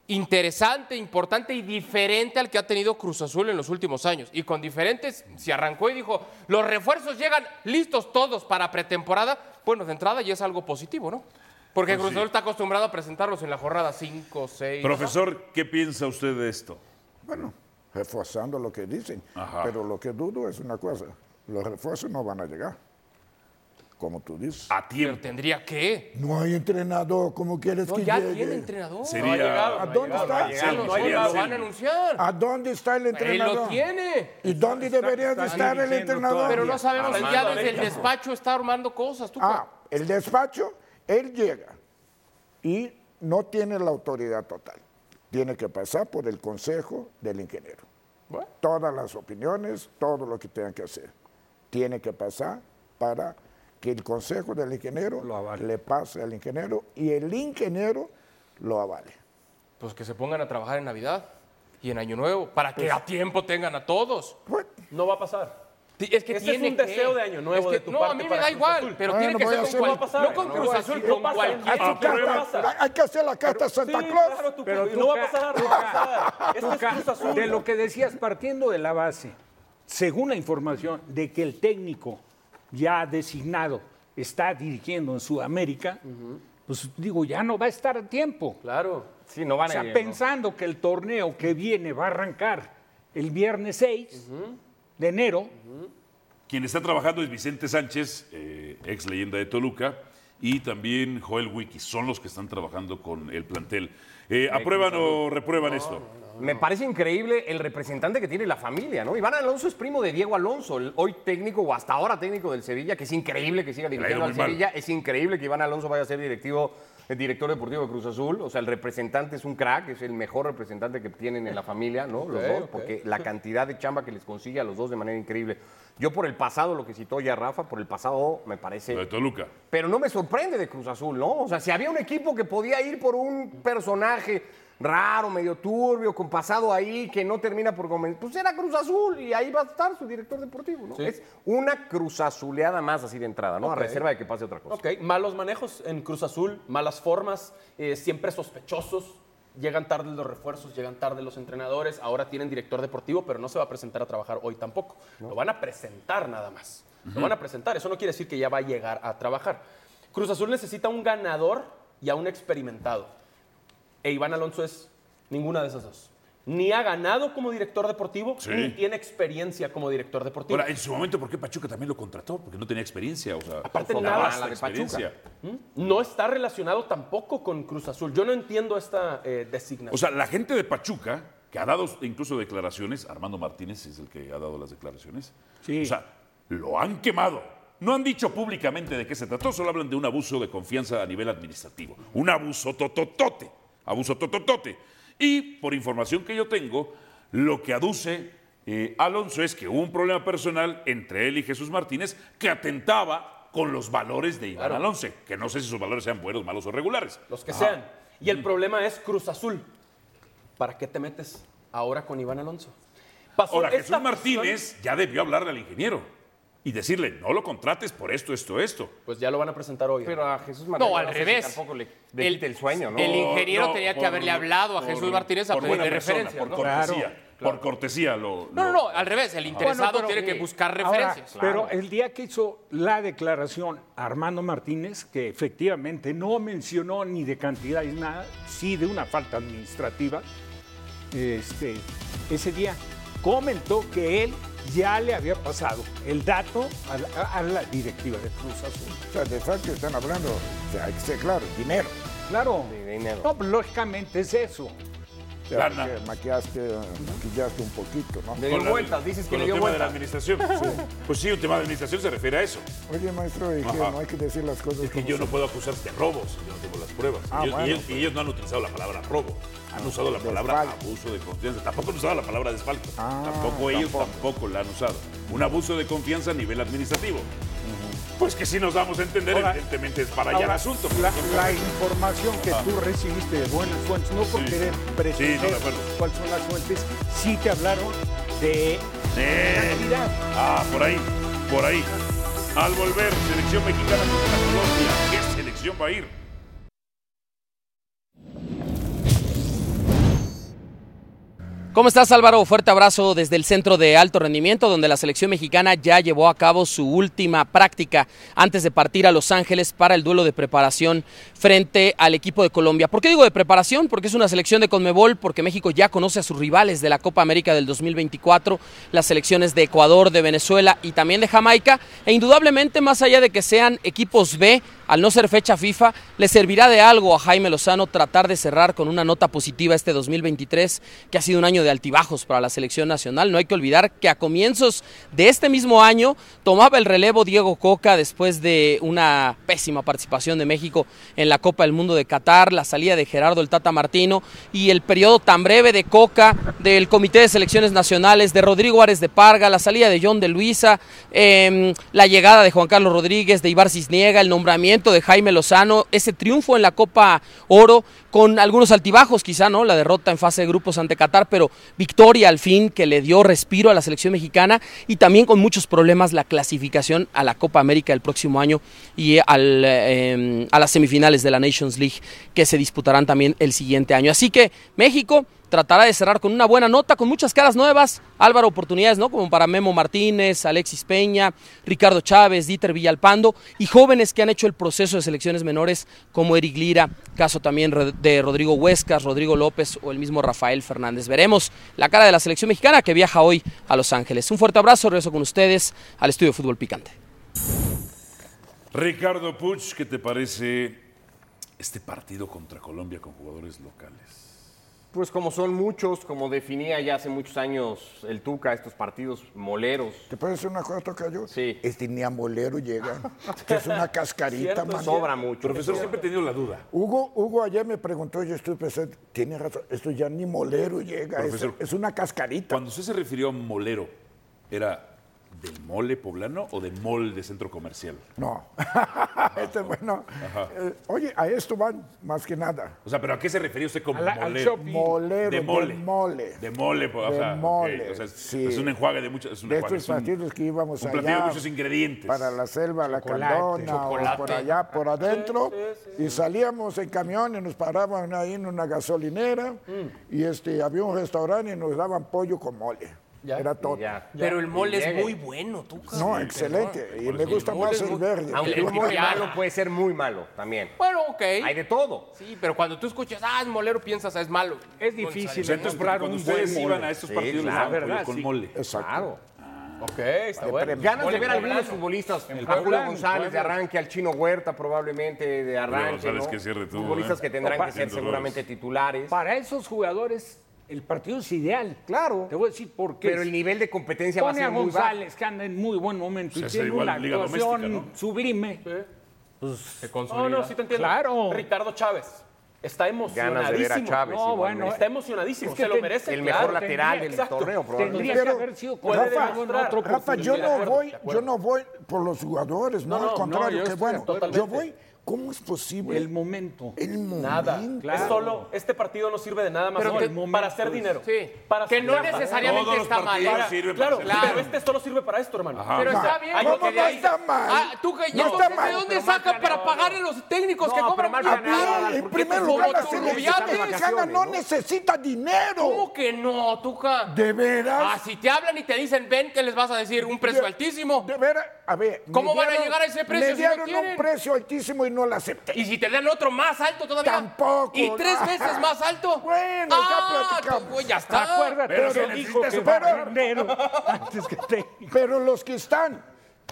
Speaker 9: interesante, importante y diferente al que ha tenido Cruz Azul en los últimos años. Y con diferentes, se arrancó y dijo, los refuerzos llegan listos todos para pretemporada. Bueno, de entrada ya es algo positivo, ¿no? Porque Cruz Azul está acostumbrado a presentarlos en la jornada 5, 6.
Speaker 5: Profesor, ¿qué piensa usted de esto?
Speaker 6: bueno, reforzando lo que dicen. Pero lo que dudo es una cosa, los refuerzos no van a llegar, como tú dices.
Speaker 5: A tiempo.
Speaker 9: ¿Tendría que?
Speaker 6: No hay entrenador, ¿cómo quieres
Speaker 9: No,
Speaker 6: que
Speaker 9: ya
Speaker 6: llegue?
Speaker 9: tiene entrenador.
Speaker 5: Sería- No ha llegado,
Speaker 6: ¿A
Speaker 5: no ha
Speaker 6: dónde
Speaker 5: llegado,
Speaker 6: está?
Speaker 5: no ha llegado,
Speaker 9: no ha llegado, lo van a anunciar.
Speaker 6: ¿A dónde está el entrenador?
Speaker 9: lo tiene.
Speaker 6: ¿Y dónde debería de estar el entrenador?
Speaker 9: Pero no sabemos si ya
Speaker 6: Armando
Speaker 9: desde el
Speaker 6: Arenas.
Speaker 9: despacho está armando cosas. ¿Tú
Speaker 6: Ah, el despacho, él llega y no tiene la autoridad total. Tiene que pasar por el consejo del ingeniero. Todas las opiniones, todo lo que tengan que hacer. Tiene que pasar para que el consejo del ingeniero le pase al ingeniero y el ingeniero lo avale.
Speaker 9: Pues que se pongan a trabajar en Navidad y en Año Nuevo para que a tiempo tengan a todos.
Speaker 7: No va a pasar.
Speaker 9: Es que
Speaker 7: Ese
Speaker 9: tiene
Speaker 7: es un deseo
Speaker 9: que.
Speaker 7: de año nuevo
Speaker 9: Es que-
Speaker 7: de tu
Speaker 9: no,
Speaker 7: parte
Speaker 9: a mí me
Speaker 7: para
Speaker 9: da
Speaker 7: Cruz
Speaker 9: igual,
Speaker 7: Azul.
Speaker 5: Ah,
Speaker 9: pero
Speaker 7: Bueno,
Speaker 9: tiene que
Speaker 7: voy a
Speaker 9: ser
Speaker 7: hacer-
Speaker 9: con
Speaker 7: no va a
Speaker 9: cual,
Speaker 7: pasar,
Speaker 9: no con
Speaker 7: no
Speaker 9: Cruz
Speaker 7: va a
Speaker 9: Azul,
Speaker 7: decir,
Speaker 9: con
Speaker 7: no pasa.
Speaker 9: cualquier.
Speaker 7: Ah, pero
Speaker 9: pero no
Speaker 7: no
Speaker 9: pasa.
Speaker 7: pasa.
Speaker 6: Hay que hacer la carta a Santa
Speaker 7: Sí,
Speaker 6: Claus.
Speaker 7: claro, tu
Speaker 10: Pero
Speaker 7: Cruz-
Speaker 10: tú
Speaker 7: no va
Speaker 10: ca-
Speaker 7: a pasar, no
Speaker 10: tú
Speaker 7: va
Speaker 10: ca-
Speaker 7: a pasar. Es
Speaker 10: tú
Speaker 7: que es
Speaker 10: ca-
Speaker 7: Cruz Azul.
Speaker 10: De lo que decías, partiendo de la base, según la información de que el técnico ya designado está dirigiendo en Sudamérica, pues digo, ya no va a estar a tiempo.
Speaker 7: Claro.
Speaker 9: Sí, no van
Speaker 10: o
Speaker 9: a
Speaker 10: sea,
Speaker 9: llegar, ¿no?
Speaker 10: pensando que el torneo que viene va a arrancar el viernes 6 de enero,
Speaker 5: Quien está trabajando es Vicente Sánchez, eh, ex leyenda de Toluca, y también Joel Wiki. Son los que están trabajando con el plantel. Eh, ¿Aprueban o reprueban esto?
Speaker 8: Me parece increíble el representante que tiene la familia, ¿no? Iván Alonso es primo de Diego Alonso, el hoy técnico o hasta ahora técnico del Sevilla, que es increíble que siga dirigiendo
Speaker 5: ido
Speaker 8: al
Speaker 5: muy mal.
Speaker 8: Sevilla. Es increíble que Iván Alonso vaya a ser directivo, el director deportivo de Cruz Azul. O sea, el representante es un crack, es el mejor representante que tienen en la familia, ¿no? Los
Speaker 7: Ok,
Speaker 8: dos,
Speaker 7: ok.
Speaker 8: porque la cantidad de chamba que les consigue a los dos de manera increíble. Yo por el pasado, lo que citó ya Rafa, por el pasado me parece...
Speaker 5: Lo de Toluca.
Speaker 8: Pero no me sorprende de Cruz Azul, ¿no? O sea, si había un equipo que podía ir por un personaje raro, medio turbio, con pasado ahí, que no termina por convencer, pues era Cruz Azul y ahí va a estar su director deportivo, ¿no?
Speaker 7: Sí.
Speaker 8: Es una Cruz Azuleada más así de entrada, ¿no?
Speaker 7: Ok.
Speaker 8: A reserva de que pase otra cosa.
Speaker 7: Ok, malos manejos en Cruz Azul, malas formas, eh, siempre sospechosos. Llegan tarde los refuerzos, llegan tarde los entrenadores. Ahora tienen director deportivo, pero no se va a presentar a trabajar hoy tampoco. Lo van a presentar nada más. Lo van a presentar. Eso no quiere decir que ya va a llegar a trabajar. Cruz Azul necesita un ganador y a un experimentado. E Iván Alonso es ninguna de esas dos. Ni ha ganado como director deportivo,
Speaker 5: Sí.
Speaker 7: ni tiene experiencia como director deportivo.
Speaker 5: Ahora, en su momento, ¿por qué Pachuca también lo contrató? Porque no tenía experiencia. O sea,
Speaker 7: Aparte,
Speaker 5: no
Speaker 7: nada
Speaker 5: basta
Speaker 7: la de ¿Mm?
Speaker 5: experiencia.
Speaker 7: no está relacionado tampoco con Cruz Azul. Yo no entiendo esta eh, designación.
Speaker 5: O sea, la gente de Pachuca, que ha dado incluso declaraciones, Armando Martínez es el que ha dado las declaraciones. O sea, lo han quemado. No han dicho públicamente de qué se trató, solo hablan de un abuso de confianza a nivel administrativo. Un abuso tototote. Abuso tototote. Y por información que yo tengo, lo que aduce eh, Alonso es que hubo un problema personal entre él y Jesús Martínez que atentaba con los valores de Iván Alonso, que no sé si sus valores sean buenos, malos o regulares.
Speaker 7: los que sean. Y el problema es Cruz Azul. ¿Para qué te metes ahora con Iván Alonso? Pasó
Speaker 5: Ahora,
Speaker 7: esta
Speaker 5: Jesús
Speaker 7: fusión-
Speaker 5: Martínez ya debió hablarle al ingeniero y decirle, no lo contrates por esto, esto, esto.
Speaker 7: Pues ya lo van a presentar hoy.
Speaker 8: Pero a Jesús Manuel
Speaker 9: No, al
Speaker 8: sé si
Speaker 9: revés.
Speaker 8: tampoco le, le quite el sueño, ¿no?
Speaker 9: El ingeniero
Speaker 5: No,
Speaker 9: tenía que
Speaker 5: por-
Speaker 9: haberle hablado a Jesús Martínez a
Speaker 5: por
Speaker 9: pedirle
Speaker 5: buena persona,
Speaker 9: referencias.
Speaker 5: por
Speaker 9: ¿no?
Speaker 5: cortesía. Por cortesía lo.
Speaker 9: No, no,
Speaker 5: lo-
Speaker 9: no, al revés. El interesado
Speaker 10: Bueno, pero-
Speaker 9: tiene que buscar
Speaker 10: Ahora,
Speaker 9: referencias.
Speaker 10: Pero el día que hizo la declaración Armando Martínez, que efectivamente no mencionó ni de cantidad ni nada, sí de una falta administrativa, este, ese día comentó que él ya le había pasado el dato a la, a la directiva de Cruz Azul.
Speaker 6: O sea, de facto están hablando, o sea, hay que ser claro, dinero.
Speaker 10: Claro.
Speaker 8: dinero.
Speaker 10: No, pues, lógicamente es eso.
Speaker 6: O sea,
Speaker 5: Lana.
Speaker 6: que maquillaste, maquillaste un poquito, ¿no?
Speaker 5: con
Speaker 8: Le dio
Speaker 5: la-
Speaker 8: vueltas, dices que
Speaker 5: con
Speaker 8: le
Speaker 5: el
Speaker 8: dio
Speaker 5: tema de la
Speaker 8: vueltas.
Speaker 5: administración. Pues sí, un tema de administración se refiere a eso.
Speaker 6: Oye, maestro, ¿y qué?
Speaker 5: Ajá.
Speaker 6: no hay que decir las cosas
Speaker 5: Que
Speaker 6: como
Speaker 5: yo no
Speaker 6: son.
Speaker 5: puedo acusar de robos, yo no tengo las pruebas.
Speaker 6: Ah,
Speaker 5: ellos, y
Speaker 6: bueno,
Speaker 5: ellos- y ellos no han utilizado la palabra robo, han usado la palabra
Speaker 6: desfalco.
Speaker 5: abuso de confianza. Tampoco han usado la palabra desfalco.
Speaker 6: Ah,
Speaker 5: tampoco ellos tampoco la han usado. Un abuso de confianza a nivel administrativo. Pues que si nos damos a entender,
Speaker 10: Ahora-
Speaker 5: evidentemente es para allá el
Speaker 10: Ahora,
Speaker 5: asunto.
Speaker 10: la,
Speaker 5: porque-
Speaker 10: la información que
Speaker 5: Ah.
Speaker 10: tú recibiste de buenas fuentes, no porque de pretender
Speaker 5: Sí, no, de acuerdo.
Speaker 10: cuáles son las fuentes, sí te hablaron de
Speaker 5: Eh,
Speaker 10: calidad.
Speaker 5: Ah, por ahí, por ahí. Al volver, selección mexicana contra Colombia. ¿Qué selección va a ir?
Speaker 13: ¿Cómo estás Álvaro? Fuerte abrazo desde el Centro de Alto Rendimiento, donde la selección mexicana ya llevó a cabo su última práctica antes de partir a Los Ángeles para el duelo de preparación frente al equipo de Colombia. ¿Por qué digo de preparación? Porque es una selección de Conmebol, porque México ya conoce a sus rivales de la Copa América del 2024, las selecciones de Ecuador, de Venezuela y también de Jamaica, e indudablemente más allá de que sean equipos B, al no ser fecha FIFA, le servirá de algo a Jaime Lozano tratar de cerrar con una nota positiva este 2023, que ha sido un año de altibajos para la selección nacional. No hay que olvidar que a comienzos de este mismo año tomaba el relevo Diego Coca después de una pésima participación de México en la Copa del Mundo de Qatar, la salida de Gerardo el Tata Martino y el periodo tan breve de Coca, del Comité de Selecciones Nacionales, de Rodrigo Árez de Parga, la salida de John de Luisa, eh, la llegada de Juan Carlos Rodríguez, de Ibar Cisniega, el nombramiento de Jaime Lozano, ese triunfo en la Copa Oro, con algunos altibajos quizá, ¿no? La derrota en fase de grupos ante Qatar, pero victoria al fin que le dio respiro a la selección mexicana y también con muchos problemas la clasificación a la Copa América del próximo año y al, eh, a las semifinales de la Nations League que se disputarán también el siguiente año. Así que México tratará de cerrar con una buena nota, con muchas caras nuevas. Álvaro, oportunidades, ¿no? Como para Memo Martínez, Alexis Peña, Ricardo Chávez, Dieter Villalpando y jóvenes que han hecho el proceso de selecciones menores, como Eric Lira, caso también de Rodrigo Huescas, Rodrigo López o el mismo Rafael Fernández. Veremos la cara de la selección mexicana que viaja hoy a Los Ángeles. Un fuerte abrazo, regreso con ustedes al estudio de Fútbol Picante.
Speaker 5: Ricardo Puch, ¿qué te parece este partido contra Colombia con jugadores locales?
Speaker 8: Pues como son muchos, como definía ya hace muchos años el Tuca, estos partidos moleros.
Speaker 6: ¿Te puedes decir una cosa, Tocayo?
Speaker 8: Sí.
Speaker 6: Este ni a molero llega. Esto es una cascarita,
Speaker 8: Cierto,
Speaker 6: mano.
Speaker 8: sobra mucho.
Speaker 5: Profesor, siempre he tenido la duda.
Speaker 6: Hugo, Hugo ayer me preguntó, yo estoy pensando, tiene razón, esto ya ni molero llega. Es,
Speaker 5: Profesor.
Speaker 6: es una cascarita.
Speaker 5: Cuando usted se refirió a molero, ¿era del mole poblano o de mol de centro comercial?
Speaker 6: No. Este es bueno. Eh, oye, a esto van más que nada.
Speaker 5: O sea, ¿pero a qué se refería usted con molero?
Speaker 6: Molero,
Speaker 5: de mole.
Speaker 6: mole.
Speaker 5: De mole, pues, o
Speaker 6: De
Speaker 5: sea, ok,
Speaker 6: mole,
Speaker 5: o sea, es-
Speaker 6: sí.
Speaker 5: es un enjuague de muchos, es un
Speaker 6: De
Speaker 5: enjuague,
Speaker 6: estos
Speaker 5: es un-
Speaker 6: partidos que íbamos
Speaker 5: un
Speaker 6: allá.
Speaker 5: platillo de muchos ingredientes.
Speaker 6: Para la selva, la
Speaker 5: Chocolate.
Speaker 6: candona, o
Speaker 5: Chocolate.
Speaker 6: por allá, por adentro. Y salíamos en camión y nos paraban ahí en una gasolinera.
Speaker 5: Mm.
Speaker 6: Y este, había un restaurante y nos daban pollo con mole. Era todo.
Speaker 3: Pero el mole
Speaker 6: Y
Speaker 3: es
Speaker 6: llegue.
Speaker 3: muy bueno, tú.
Speaker 6: No, excelente. Y me gusta más el verde.
Speaker 8: Aunque
Speaker 6: Tú
Speaker 8: el
Speaker 6: muy
Speaker 8: muy malo puede ser muy malo también.
Speaker 9: Bueno, ok.
Speaker 8: Hay de todo.
Speaker 9: Sí, pero cuando tú escuchas, ah, es molero, piensas, ah, es malo.
Speaker 10: Es
Speaker 5: O
Speaker 10: difícil
Speaker 5: sea, entonces,
Speaker 10: encontrar
Speaker 5: cuando
Speaker 10: un buen
Speaker 5: ustedes iban
Speaker 10: mole.
Speaker 5: a estos
Speaker 10: Sí,
Speaker 5: partidos, les
Speaker 10: la
Speaker 5: daban
Speaker 10: verdad,
Speaker 5: pollo con
Speaker 10: sí.
Speaker 5: mole.
Speaker 8: Claro.
Speaker 9: Ok, está bueno.
Speaker 8: Ganas
Speaker 9: Mole
Speaker 8: de ver a algunos
Speaker 9: poblano.
Speaker 8: futbolistas, a
Speaker 9: Puebla,
Speaker 8: Julio
Speaker 9: en
Speaker 8: González de
Speaker 9: Puebla.
Speaker 8: arranque, al Chino Huerta probablemente de arranque,
Speaker 5: González
Speaker 8: ¿no?
Speaker 5: que cierre tú,
Speaker 8: futbolistas
Speaker 5: ¿eh?
Speaker 8: que tendrán
Speaker 5: Opa.
Speaker 8: que ser
Speaker 5: Haciendo
Speaker 8: seguramente titulares.
Speaker 10: Para esos jugadores, el partido es ideal.
Speaker 8: Claro.
Speaker 10: Te voy a decir por qué.
Speaker 8: Pero el nivel de competencia va a
Speaker 10: Pone
Speaker 8: ser muy bajo.
Speaker 10: González, que anda en muy buen momento
Speaker 5: Sí,
Speaker 10: y
Speaker 5: es
Speaker 10: tiene
Speaker 5: igual
Speaker 10: una
Speaker 5: Liga
Speaker 10: actuación
Speaker 5: Doméstica,
Speaker 10: sublime.
Speaker 6: Pues,
Speaker 9: Se
Speaker 7: No,
Speaker 9: consolida.
Speaker 7: no, sí te entiendo.
Speaker 10: Claro.
Speaker 5: Ah,
Speaker 7: Ricardo Chávez. Está emocionadísimo.
Speaker 8: Ganas de ver a Chávez,
Speaker 7: No,
Speaker 8: igualmente.
Speaker 7: bueno. Está emocionadísimo.
Speaker 10: Es que
Speaker 7: se lo
Speaker 10: ten-
Speaker 7: merece.
Speaker 8: el mejor
Speaker 7: claro.
Speaker 8: lateral del
Speaker 7: Exacto.
Speaker 8: torneo, probablemente.
Speaker 10: Tendría que haber sido
Speaker 7: Puede
Speaker 10: convocado en
Speaker 7: demostrar.
Speaker 10: otra
Speaker 6: Rafa, yo
Speaker 10: oportunidad.
Speaker 7: De
Speaker 6: no
Speaker 7: acuerdo,
Speaker 6: voy,
Speaker 7: de
Speaker 6: yo
Speaker 7: acuerdo.
Speaker 6: no voy por los jugadores, no,
Speaker 7: No,
Speaker 6: al
Speaker 7: no,
Speaker 6: contrario,
Speaker 10: no, yo
Speaker 6: qué
Speaker 10: estoy
Speaker 6: bueno.
Speaker 7: totalmente.
Speaker 6: Yo voy, ¿cómo es posible?
Speaker 10: El momento.
Speaker 6: El momento.
Speaker 7: Nada.
Speaker 10: Claro.
Speaker 7: Es solo, este partido no sirve de nada más
Speaker 10: Pero
Speaker 7: que
Speaker 10: el momento
Speaker 7: para hacer
Speaker 10: es-
Speaker 7: dinero.
Speaker 9: Sí.
Speaker 7: Para
Speaker 9: Que
Speaker 7: hacer
Speaker 9: no
Speaker 7: plata.
Speaker 9: necesariamente
Speaker 5: Todos los
Speaker 9: está mal.
Speaker 5: partidos
Speaker 9: Para-
Speaker 5: sirven
Speaker 7: Claro,
Speaker 5: para
Speaker 9: Claro.
Speaker 7: pero este solo sirve para esto, hermano.
Speaker 5: Ajá.
Speaker 9: Pero
Speaker 5: No,
Speaker 9: está bien.
Speaker 6: ¿cómo
Speaker 9: porque de
Speaker 6: no
Speaker 9: ahí-
Speaker 6: está mal?
Speaker 9: Ah, tú que, ¿y
Speaker 6: No
Speaker 9: entonces
Speaker 6: está mal,
Speaker 9: ¿de dónde
Speaker 6: pero
Speaker 9: sacan para pagar a los técnicos que
Speaker 8: No, pero
Speaker 9: cobran
Speaker 8: mal
Speaker 9: bien?
Speaker 8: ganado,
Speaker 9: Claro,
Speaker 8: Adal,
Speaker 6: En
Speaker 8: porque
Speaker 6: primer
Speaker 8: como
Speaker 6: lugar, la
Speaker 8: tú,
Speaker 6: selección
Speaker 8: Rubiales.
Speaker 6: mexicana no necesita dinero.
Speaker 9: ¿Cómo que no, Tuca?
Speaker 6: ¿De veras?
Speaker 9: Ah, si te hablan y te dicen, ven, ¿qué les vas a decir? ¿Un precio
Speaker 6: De-
Speaker 9: altísimo?
Speaker 6: De veras, a ver. me
Speaker 9: ¿Cómo van a llegar a ese precio
Speaker 6: Me
Speaker 9: si no
Speaker 6: dieron
Speaker 9: quieren?
Speaker 6: un precio altísimo y no lo acepté.
Speaker 9: ¿Y si te dan otro más alto todavía?
Speaker 6: Tampoco.
Speaker 9: ¿Y tres veces más alto?
Speaker 6: Bueno, ya
Speaker 9: Ah,
Speaker 6: platicamos.
Speaker 9: tú, güey, ya
Speaker 6: Ah,
Speaker 9: está.
Speaker 10: Acuérdate
Speaker 5: Pero
Speaker 10: que
Speaker 5: se
Speaker 10: dijo
Speaker 5: necesita
Speaker 10: que
Speaker 5: su-
Speaker 10: barrendero antes que te...
Speaker 6: Pero los que están,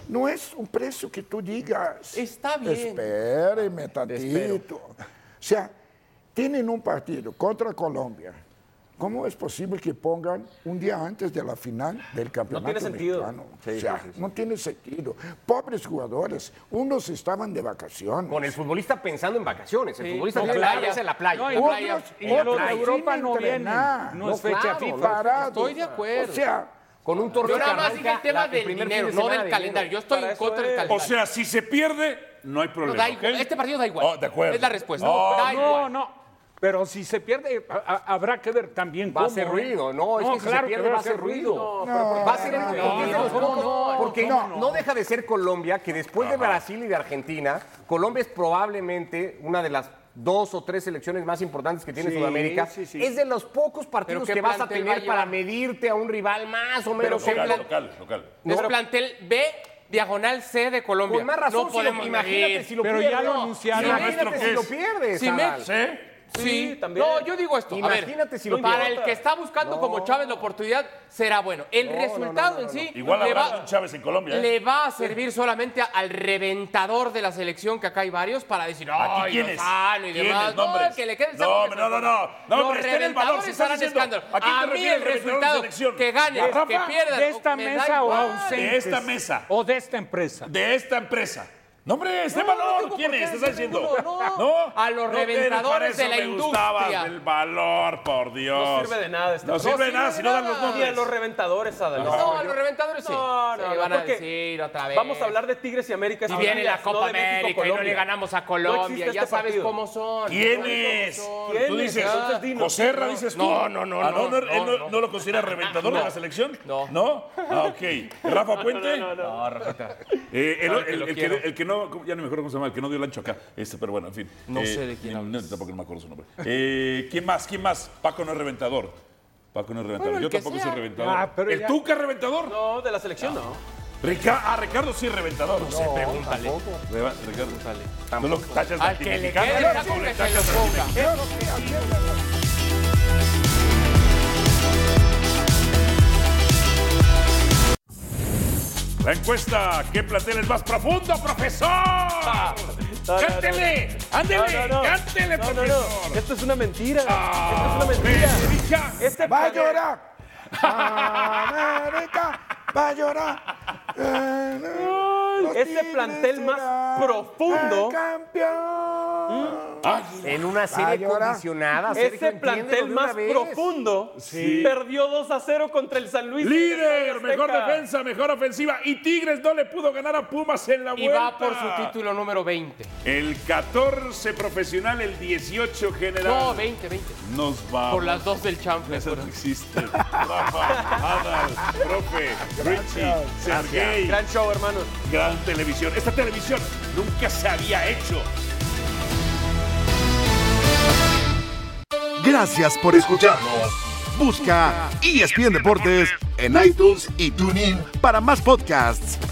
Speaker 6: no es un precio que tú digas.
Speaker 9: Está bien.
Speaker 6: Espéreme tantito. O sea, tienen un partido contra Colombia. ¿Cómo es posible que pongan un día antes de la final del campeonato
Speaker 7: tiene sentido.
Speaker 6: mexicano? o sea, no tiene sentido. Pobres jugadores, unos estaban de vacaciones.
Speaker 8: Con el futbolista pensando en vacaciones. El futbolista
Speaker 9: no,
Speaker 8: tiene
Speaker 9: playa.
Speaker 8: la cabeza en la playa.
Speaker 10: No, y
Speaker 9: en la
Speaker 10: los-
Speaker 9: playa,
Speaker 10: y
Speaker 8: en la
Speaker 10: los de
Speaker 8: playa.
Speaker 10: Europa
Speaker 6: Sin
Speaker 10: no vienen.
Speaker 6: entrenar.
Speaker 10: No es
Speaker 8: No,
Speaker 10: fecha
Speaker 8: claro,
Speaker 10: FIFA.
Speaker 6: Parados.
Speaker 9: Estoy de acuerdo.
Speaker 6: O sea,
Speaker 8: Con un torneo
Speaker 9: Yo nada
Speaker 8: que
Speaker 9: más
Speaker 8: arranca
Speaker 9: dije el tema
Speaker 8: la-
Speaker 9: del
Speaker 8: primer fin
Speaker 9: dinero,
Speaker 8: de
Speaker 9: no
Speaker 8: semana
Speaker 9: del
Speaker 8: de
Speaker 9: calendario. Yo
Speaker 8: enero.
Speaker 9: estoy
Speaker 7: Para
Speaker 9: en
Speaker 7: eso
Speaker 9: contra del
Speaker 7: es.
Speaker 9: calendario.
Speaker 5: O sea, si se pierde, no hay problema.
Speaker 9: No, da igual.
Speaker 5: ¿ok?
Speaker 9: Este partido da igual.
Speaker 5: Oh, de acuerdo.
Speaker 9: Es la respuesta.
Speaker 5: No,
Speaker 10: No,
Speaker 9: da igual.
Speaker 10: no. Pero si se pierde, a- a- habrá que ver también
Speaker 8: Va a
Speaker 10: cómo,
Speaker 8: hacer
Speaker 10: ¿eh?
Speaker 8: ruido, no, es que si se
Speaker 10: claro
Speaker 8: pierde
Speaker 10: que
Speaker 8: va a hacer ruido. va a ser el porque es de los
Speaker 10: no,
Speaker 8: pocos-
Speaker 10: no,
Speaker 8: porque
Speaker 10: no,
Speaker 8: no, deja de ser Colombia, que después de Brasil y de Argentina, Colombia es probablemente una de las dos o tres selecciones más importantes que tiene
Speaker 7: Sí,
Speaker 8: Sudamérica,
Speaker 7: sí, sí.
Speaker 8: es de los pocos partidos
Speaker 9: qué
Speaker 8: que vas a
Speaker 9: plantel
Speaker 8: tener
Speaker 9: va a
Speaker 8: para
Speaker 9: llevar?
Speaker 8: medirte a un rival más o
Speaker 9: Pero
Speaker 8: menos.
Speaker 9: qué
Speaker 8: completo.
Speaker 9: plan-
Speaker 5: Local, local.
Speaker 9: Es plantel B, diagonal C de Colombia.
Speaker 8: Con más razón,
Speaker 9: no
Speaker 8: si lo-
Speaker 9: podemos
Speaker 8: imagínate
Speaker 9: medir.
Speaker 8: si lo Pero pierde, ya lo no. anunciaron. Imagínate
Speaker 9: nuestro
Speaker 8: si
Speaker 9: que
Speaker 8: lo
Speaker 9: es.
Speaker 8: pierdes,
Speaker 9: Si me-
Speaker 8: Adal.
Speaker 9: ¿Sí?
Speaker 8: Sí,
Speaker 9: Sí,
Speaker 8: también.
Speaker 9: No, yo digo esto. a ver,
Speaker 8: Imagínate si lo
Speaker 9: Para
Speaker 8: pierde.
Speaker 9: el que está buscando como Chávez la oportunidad, será bueno. El
Speaker 8: No, no,
Speaker 9: resultado
Speaker 8: no, no,
Speaker 9: en sí
Speaker 5: Igual
Speaker 9: le,
Speaker 5: habrá
Speaker 9: va,
Speaker 5: un Chávez en Colombia. ¿eh?
Speaker 9: le va a servir solamente a- al reventador de la selección, que acá hay varios, para decir,
Speaker 5: ¿Aquí
Speaker 9: ¡ay,
Speaker 5: quiénes?
Speaker 9: Lozano y
Speaker 5: ¿Quiénes?
Speaker 9: demás! No,
Speaker 5: ¿Nombres?
Speaker 9: el que le quede el
Speaker 5: No,
Speaker 9: sabor
Speaker 5: hombre, no, no, no. No,
Speaker 9: Los
Speaker 5: hombre, está en el valor,
Speaker 9: reventadores
Speaker 5: si estás
Speaker 9: harán
Speaker 5: diciendo.
Speaker 9: escándalo.
Speaker 5: ¿A quién te
Speaker 9: mí
Speaker 5: refieres,
Speaker 9: el
Speaker 5: reventador de
Speaker 9: resultado,
Speaker 5: selección?
Speaker 9: que
Speaker 5: ¿De
Speaker 9: ganen, que
Speaker 5: Rafa?
Speaker 9: pierdan,
Speaker 10: ¿De esta
Speaker 9: me da
Speaker 10: mesa o
Speaker 9: igual.
Speaker 10: ausentes?
Speaker 5: De esta mesa.
Speaker 10: ¿O de esta empresa?
Speaker 5: De esta empresa. No, hombre, este
Speaker 9: No, no
Speaker 5: valor,
Speaker 9: tengo
Speaker 5: ¿quién
Speaker 9: por qué
Speaker 5: es? ¿Estás
Speaker 9: decir
Speaker 5: diciendo?
Speaker 9: ninguno, no. A los
Speaker 5: No te-
Speaker 9: reventadores
Speaker 5: para
Speaker 9: de la
Speaker 5: eso me gustaba
Speaker 9: industria.
Speaker 5: El valor, por Dios.
Speaker 7: No sirve de nada este
Speaker 5: No
Speaker 7: programa.
Speaker 5: sirve de nada si no dan los
Speaker 7: Ni a
Speaker 5: nombres.
Speaker 7: los reventadores, Adal.
Speaker 9: No, a los reventadores sí.
Speaker 7: No, no,
Speaker 9: Sí,
Speaker 7: no,
Speaker 9: van a
Speaker 7: porque
Speaker 9: decir otra vez.
Speaker 7: Vamos a hablar de Tigres y América.
Speaker 9: Si
Speaker 7: estos
Speaker 9: viene
Speaker 7: días,
Speaker 9: la Copa
Speaker 7: no de México,
Speaker 9: América y no
Speaker 7: Colombia.
Speaker 9: le ganamos a
Speaker 7: No
Speaker 9: Colombia,
Speaker 7: existe
Speaker 9: ya
Speaker 7: este
Speaker 9: sabes
Speaker 7: partido.
Speaker 9: cómo son.
Speaker 5: ¿Quién
Speaker 9: ¿Quiénes?
Speaker 5: es? Tú dices,
Speaker 7: Entonces, dinos.
Speaker 5: Joserra, dices tú.
Speaker 9: No, no, no,
Speaker 5: Ah, no,
Speaker 9: no,
Speaker 5: él no,
Speaker 9: no,
Speaker 5: no
Speaker 9: no.
Speaker 5: lo considera reventador de
Speaker 9: No.
Speaker 5: la selección?
Speaker 9: No.
Speaker 5: ¿No? Ah, ok. ¿Rafa Puente?
Speaker 7: No, no, no.
Speaker 9: No, Rafita.
Speaker 5: Eh, el,
Speaker 9: Claro Ah, que
Speaker 5: el-
Speaker 9: lo
Speaker 5: el que,
Speaker 9: quiero.
Speaker 5: el que no, ¿cómo? ya no me acuerdo cómo se llama, el que no dio el ancho acá. Este, pero bueno, en fin.
Speaker 9: No
Speaker 5: Eh,
Speaker 9: sé de quién
Speaker 5: no, no, tampoco me acuerdo su nombre. Eh, ¿Quién más? ¿Quién más? Paco no es reventador. Paco no es reventador.
Speaker 9: Bueno, el
Speaker 5: Yo
Speaker 9: que
Speaker 5: tampoco
Speaker 9: sea.
Speaker 5: soy reventador.
Speaker 10: Ah, pero
Speaker 5: ¿El
Speaker 10: ya-
Speaker 5: Tuca es reventador? Ah.
Speaker 7: No, de la selección no.
Speaker 5: Rica- ah, Ricardo sí es reventador. No, sé, pregúntale. Reba- Ricardo, No lo tachas de
Speaker 9: Al que le
Speaker 5: antimexicano,
Speaker 9: quede
Speaker 5: ¿no?
Speaker 9: el saco
Speaker 5: Le
Speaker 9: que se lo
Speaker 5: tachas de
Speaker 9: ponga.
Speaker 5: La encuesta, ¿qué plantel es más profundo, profesor?
Speaker 9: Ah.
Speaker 7: no, no.
Speaker 5: ¡Cántele! ¡Ándele!
Speaker 7: No, no, no.
Speaker 5: ¡Cántele,
Speaker 7: No, no,
Speaker 5: profesor!
Speaker 7: no. Esto es una mentira.
Speaker 5: Ah,
Speaker 7: Esto es una mentira.
Speaker 5: me dicha.
Speaker 7: Este
Speaker 6: ¡Va a
Speaker 7: programa-
Speaker 6: llorar! ¡América! ¡Va a Eh, llorar!
Speaker 7: Este plantel más profundo. ¿Mm?
Speaker 6: ¡Campeón!
Speaker 8: En una serie
Speaker 6: llorar.
Speaker 8: condicionada. Sergio,
Speaker 7: Ese
Speaker 8: entiéndelo de
Speaker 7: plantel
Speaker 8: una
Speaker 7: más
Speaker 8: vez.
Speaker 7: profundo perdió 2 a 0 contra el San Luis.
Speaker 5: Líder,
Speaker 7: Azteca.
Speaker 5: mejor defensa, mejor ofensiva. Y Tigres no le pudo ganar a Pumas en la
Speaker 9: Y
Speaker 5: vuelta.
Speaker 9: va por su título número 20.
Speaker 5: El 14 profesional, el 18 general.
Speaker 9: No, 20, 20.
Speaker 5: Nos vamos.
Speaker 9: Por las dos del Champions.
Speaker 5: Eso no existe. Rafa, Adal, profe, Richie, Sergey.
Speaker 7: Gran show, hermanos.
Speaker 5: Gran televisión. Esta televisión nunca se había hecho.
Speaker 1: Gracias por escucharnos. E Busca ESPN Deportes en iTunes y TuneIn para más podcasts.